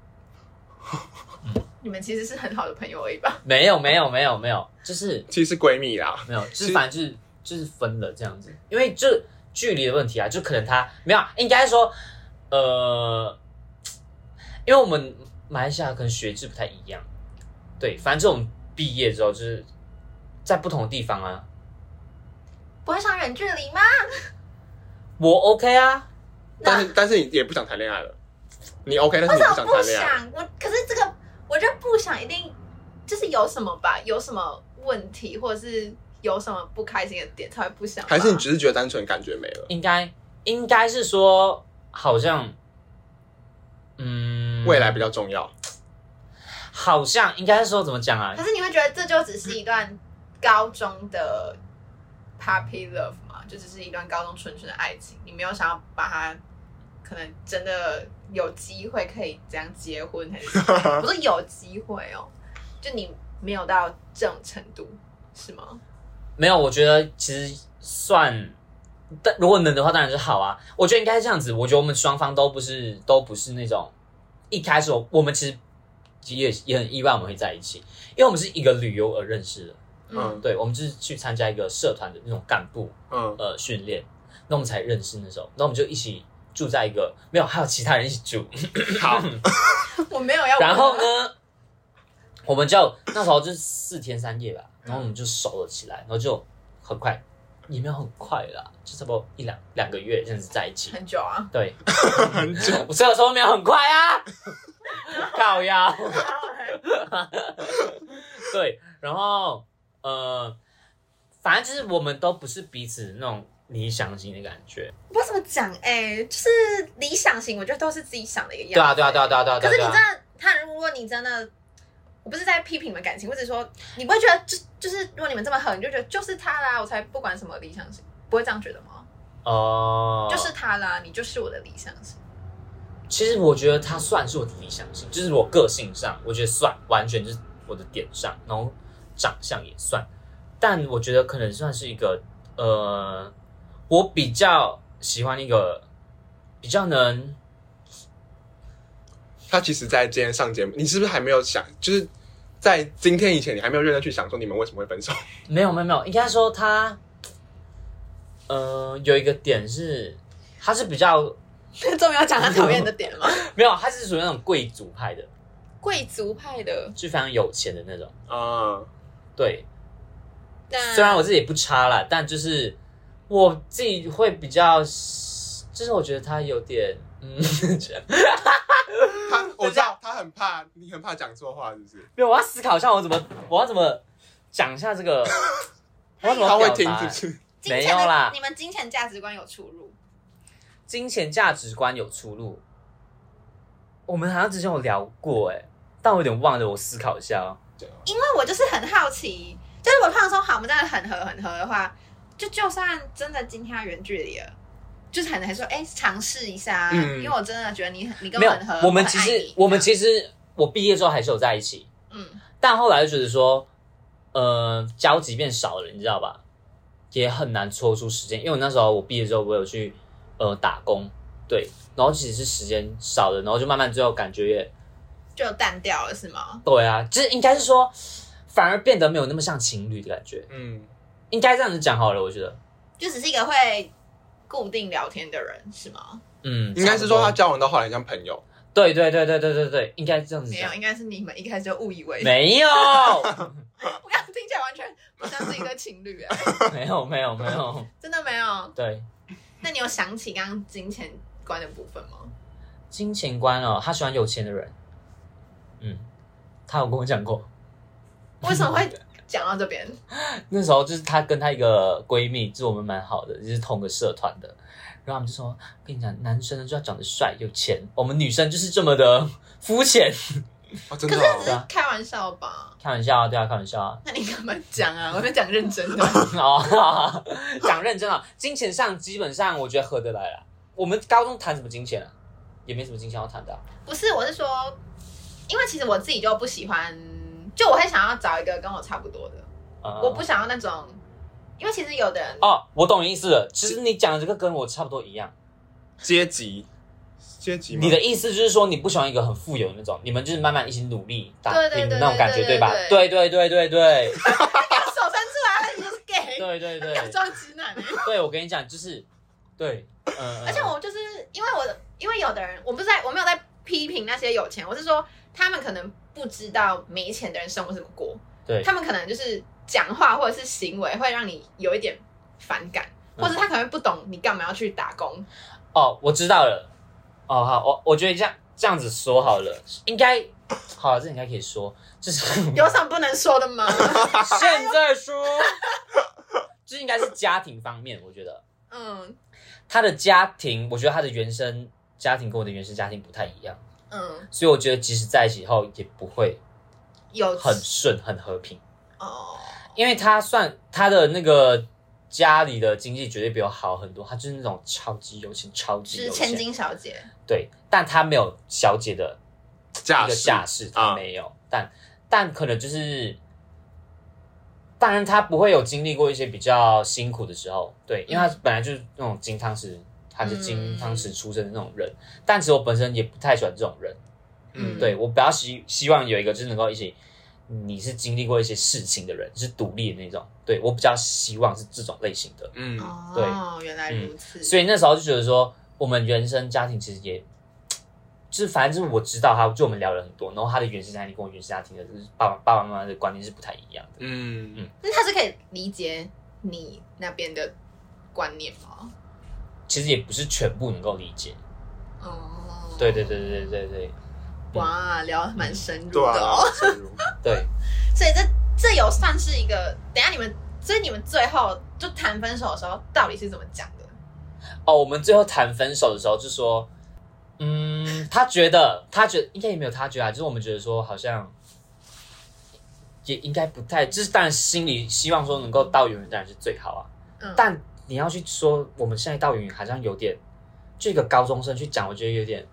你们其实是很好的朋友而已吧？没有，没有，没有，没有，就是。其实是闺蜜啦。没有，就是是反正就是就是分了这样子，因为这距离的问题啊，就可能他没有啊，应该说，呃，因为我们马来西亚可能学制不太一样，对，反正这种毕业之后就是在不同的地方啊， 不会想远距离吗？我 OK 啊，但是但是你也不想谈恋爱了，你 OK，但为是你什不想么不谈恋爱，想？我可是这个，我觉得不想一定就是有什么吧，有什么问题，或者是有什么不开心的点才会不想吧？还是你只是觉得单纯感觉没了？应该应该是说好像，嗯，未来比较重要，好像应该是说怎么讲啊可，是你会觉得这就只是一段高中的 puppy love 吗？就只是一段高中纯纯的爱情，你没有想要把它可能真的有机会可以这样结婚，还是我 说有机会哦，就你没有到这种程度是吗？没有，我觉得其实算，但如果能的话，当然是好啊。我觉得应该是这样子。我觉得我们双方都不是都不是那种一开始我我们其实也也很意外我们会在一起，因为我们是一个旅游而认识的。嗯对，我们就是去参加一个社团的那种干部嗯，呃训练，那我们才认识那时候，那我们就一起住在一个没有还有其他人一起住，嗯好，嗯我没有要。 然后呢，我们就那时候就是四天三夜吧，然后我们就熟了起来，然后就很快，也没有很快啦，就差不多一两两个月这样子在一起。很久啊，对，很久， 我虽然说没有很快啊，靠腰。对，然后呃，反正就是我们都不是彼此那种理想型的感觉。 我不知道怎么讲哎、就是理想型，我觉得都是自己想的一个样子。对啊，对啊，对啊，对啊，对啊。可是你对真啊的，他如果你真的，我不是在批评你们感情，我只是说你不会觉得就就是如果你们这么狠，你就觉得就是他啦，我才不管什么理想型，不会这样觉得吗？哦，就是他啦，你就是我的理想型。 其实我觉得他算是我的理想型，就是我个性上，我觉得算完全就是我的点上，然后长相也算，但我觉得可能算是一个呃，我比较喜欢一个比较能他其实，在今天上节目，你是不是还没有想，就是在今天以前，你还没有认真去想说你们为什么会分手？没有没有没有，应该说他呃有一个点是他是比较终于要讲他讨厌的点了吗？没有，他是属于那种贵族派的，贵族派的，就非常有钱的那种，啊，对，那虽然我自己也不差啦，但就是我自己会比较，就是我觉得他有点，嗯， 他我知道他很怕，你很怕讲错话，是不是？没有，我要思考一下我怎么，我要怎么讲一下这个，我要怎么他会听表达是不是？金钱没有啦的你们金钱价值观有出入，金钱价值观有出入。我们好像之前有聊过哎、但我有点忘了，我思考一下哦。对因为我就是很好奇，就是我胖说好，我们真的很合很合的话，就就算真的今天要远距离了。就是可能还说，哎、尝试一下啊、嗯因为我真的觉得你很，你跟没我有很合，，我们很其爱实你我们其实我毕业之后还是有在一起，嗯，但后来就觉得说，呃，交集变少了，你知道吧？也很难抽出时间，因为我那时候我毕业之后，我有去呃打工，对，然后其实是时间少了，然后就慢慢最后感觉也就淡掉了，是吗？对啊，就是应该是说，反而变得没有那么像情侣的感觉，嗯，应该这样子讲好了，我觉得，就只是一个会固定聊天的人，是吗？嗯，应该是说他差不多交往到后来像朋友，对对对对对对对，应该这样子没 讲有，，应该是你们一开始就误以为，没有， 我刚刚听起来完全不像是一对情侣、哎，没有没有没有， 真的没有。对，那你有想起刚刚金钱观的部分吗？金钱观哦，他喜欢有钱的人，嗯，他有跟我讲过。为什么会讲到这边？那时候就是她跟她一个闺蜜，就是我们蛮好的，就是同个社团的。然后我们就说，哎跟你讲，男生呢就要长得帅、有钱，我们女生就是这么的肤浅。 哦，真可的是哦只是开玩笑吧？开玩笑啊，对啊，开玩笑啊。 那你干嘛讲啊？我在讲认真的。 哦， 讲认真啊，金钱上基本上我觉得合得来啦。我们高中谈什么金钱啊？也没什么金钱要谈的啊、不是，我是说，因为其实我自己就不喜欢，就我会想要找一个跟我差不多的，呃我不想要那种，因为其实有的人哦，我懂你意思了。其实你讲的这个跟我差不多一样。阶级，阶级吗，你的意思就是说，你不喜欢一个很富有的那种，你们就是慢慢一起努力打对对拼对的那种感觉，对对吧？对对对对对对。手伸出来，你就是 gay，对对 对，两装直男欸。对我跟你讲，就是对，嗯、呃，而且我就是因为我的，因为有的人，我不是在，我没有在批评那些有钱，我是说他们可能不知道没钱的人生活怎么过，对他们可能就是讲话或者是行为会让你有一点反感，嗯或者他可能不懂你干嘛要去打工。哦，我知道了，哦好，我我觉得这样这样子说好了，应该好，这应该可以说，就是有什么不能说的吗？ 现在说， 这应该是家庭方面，我觉得嗯他的家庭，我觉得他的原生家庭跟我的原生家庭不太一样，嗯，所以我觉得即使在一起后也不会有很顺很和平，哦，因为他算他的那个家里的经济绝对比我好很多，她就是那种超级有钱，超就级是有千钱，金小姐，对，但她没有小姐的架一个势架势，啊他没有，但但可能就是，当然他不会有经历过一些比较辛苦的时候，对，因为他本来就是那种金汤匙，他是金汤嗯匙出身的那种人，但其实我本身也不太喜欢这种人，嗯，对我比较希希望有一个就是能够一起。你是经历过一些事情的人，是独立的那种。对我比较希望是这种类型的，嗯，哦，原来如此，嗯所以那时候就觉得说，我们原生家庭其实也，就是反正就是我知道他，就我们聊了很多，然后他的原生家庭跟我原生家庭的，就是爸爸爸爸妈妈的观念是不太一样的。嗯嗯嗯那她是可以理解你那边的观念吗？其实也不是全部能够理解。哦，对对对对对对对哇，聊得蛮深入的对啊，哦。好深入对，所以这这有算是一个，等一下你们，所以你们最后就谈分手的时候，到底是怎么讲的？哦，我们最后谈分手的时候就说，嗯，他觉得他觉得应该也没有他觉得、啊，就是我们觉得说好像。也应该不太，就是当然心里希望说能够到永远当然是最好啊，嗯，但你要去说我们现在到云好像有点，就一个高中生去讲，我觉得有点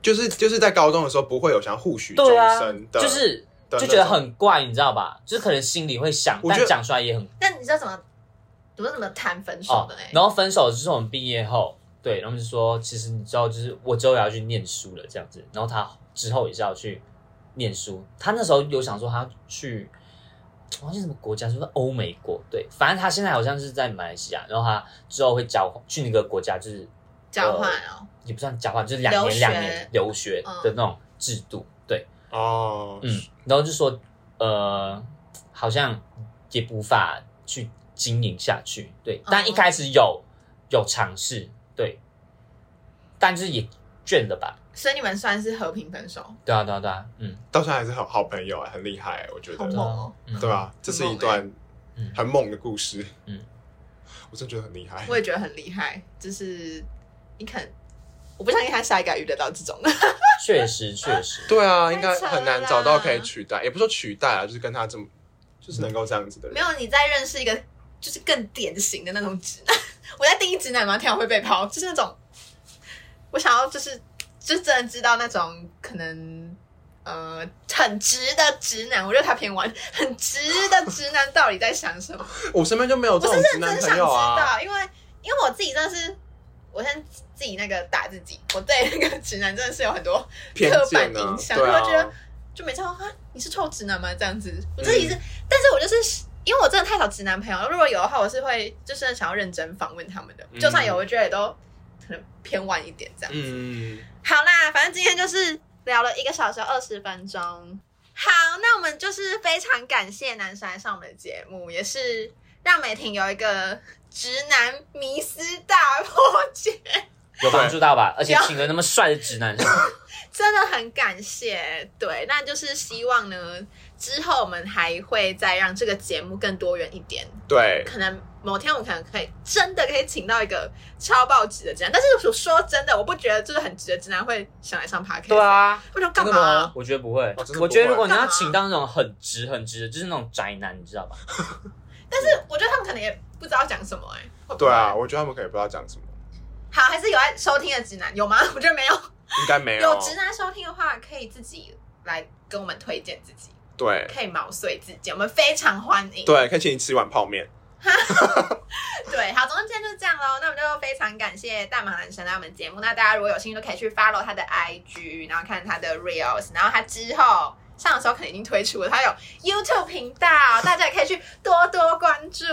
就是就是在高中的时候不会有想互许终身的，啊就是的那就觉得种很怪，你知道吧？就是可能心里会想，我觉但得讲出来也很那你知道怎么怎么怎么谈分手哦的呢。？然后分手就是我们毕业后，对，然后就说其实你知道，就是我之后也要去念书了这样子，然后他之后也是要去念书，他那时候有想说他去。我忘记什么国家，是不是欧美国？对，反正他现在好像是在马来西亚，然后他之后会交换去那个国家，就是交换哦，也不算交换，就是两留学年两年留学的那种制度。对，哦，嗯，然后就说呃，好像也无法去经营下去。对，哦但一开始有、有尝试，对，但是也倦了吧？所以你们算是和平分手，对啊，对啊，对啊，嗯，到现在还是好好朋友啊，很厉害、我觉好得，对猛啊哦，嗯对，啊，这是一段嗯很猛的故事，嗯，我真的觉得很厉害我，也觉得很厉害，就是你肯。我不相信他下一个还遇得到这种的，确实确实，对啊，太应该扯很难了找到可以取代，也不说取代啊，就是跟他这么，就是能够这样子的没人，有你在认识一个就是更典型的那种直男。我在定义直男吗？天啊，我会被抛，就是那种我想要就是就真的知道那种可能呃很直的直男，我觉得他偏玩，很直的直男到底在想什么？我身边就没有这我种哦是直认男真朋想知友道，啊，因为因为我自己真的是，我先自己那个打自己，我对那个直男真的是有很多偏刻板见啊印，象，对就会觉得啊，就每次说啊你是臭直男吗这样子，嗯我自己是，但是我就是因为我真的太少直男朋友，如果有的话，我是会就是想要认真访问他们的，嗯就算有，我觉得也都可能偏晚一点这样。嗯，好啦，反正今天就是聊了一个小时二十分钟。好，那我们就是非常感谢男神来上我们的节目，也是让美婷有一个直男迷思大破解，有帮助到吧？而且有请了那么帅的直 男，真的很感谢。对，那就是希望呢，之后我们还会再让这个节目更多元一点，对，可能某天我可能可以真的可以请到一个超爆值的直男，但是我说真的，我不觉得就是很值的直男会想来上 p a r k 对，啊，我想干真的吗嘛？我觉得不会哦真的不会，我觉得如果你干要嘛请到那种很直很直的，就是那种宅男，你知道吧？但是我觉得他们可能也不知道讲什么哎、欸会不会对啊，，我觉得他们可能不知道讲什么，好，还是有在收听的直男有吗？我觉得没有。应该没有直男收听的话，可以自己来跟我们推荐自己，对可以毛遂自荐，我们非常欢迎。对，可以请你吃一碗泡面， 对，好，总之今天就是这样喽。那我们就非常感谢大马男神来我们节目。那大家如果有兴趣，都可以去 follow 他的 IG，然后看他的 reels，然后他之后上的时候可能已经推出了，他有 YouTube 频道，大家也可以去多多关注。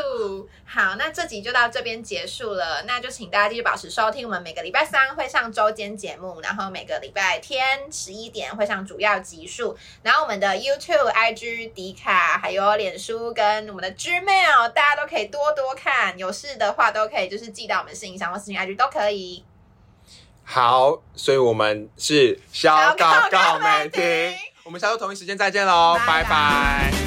好，那这集就到这边结束了，那就请大家继续保持收听，我们每个礼拜三会上周间节目，然后每个礼拜天十一点会上主要集数，然后我们的 YouTube、IG、迪卡，还有脸书跟我们的 Gmail，大家都可以多多看。有事的话都可以就是寄到我们信箱或私信 IG 都可以。好，所以我们是小小搞搞搞美美婷婷，我们下周同一时间再见喽，拜拜拜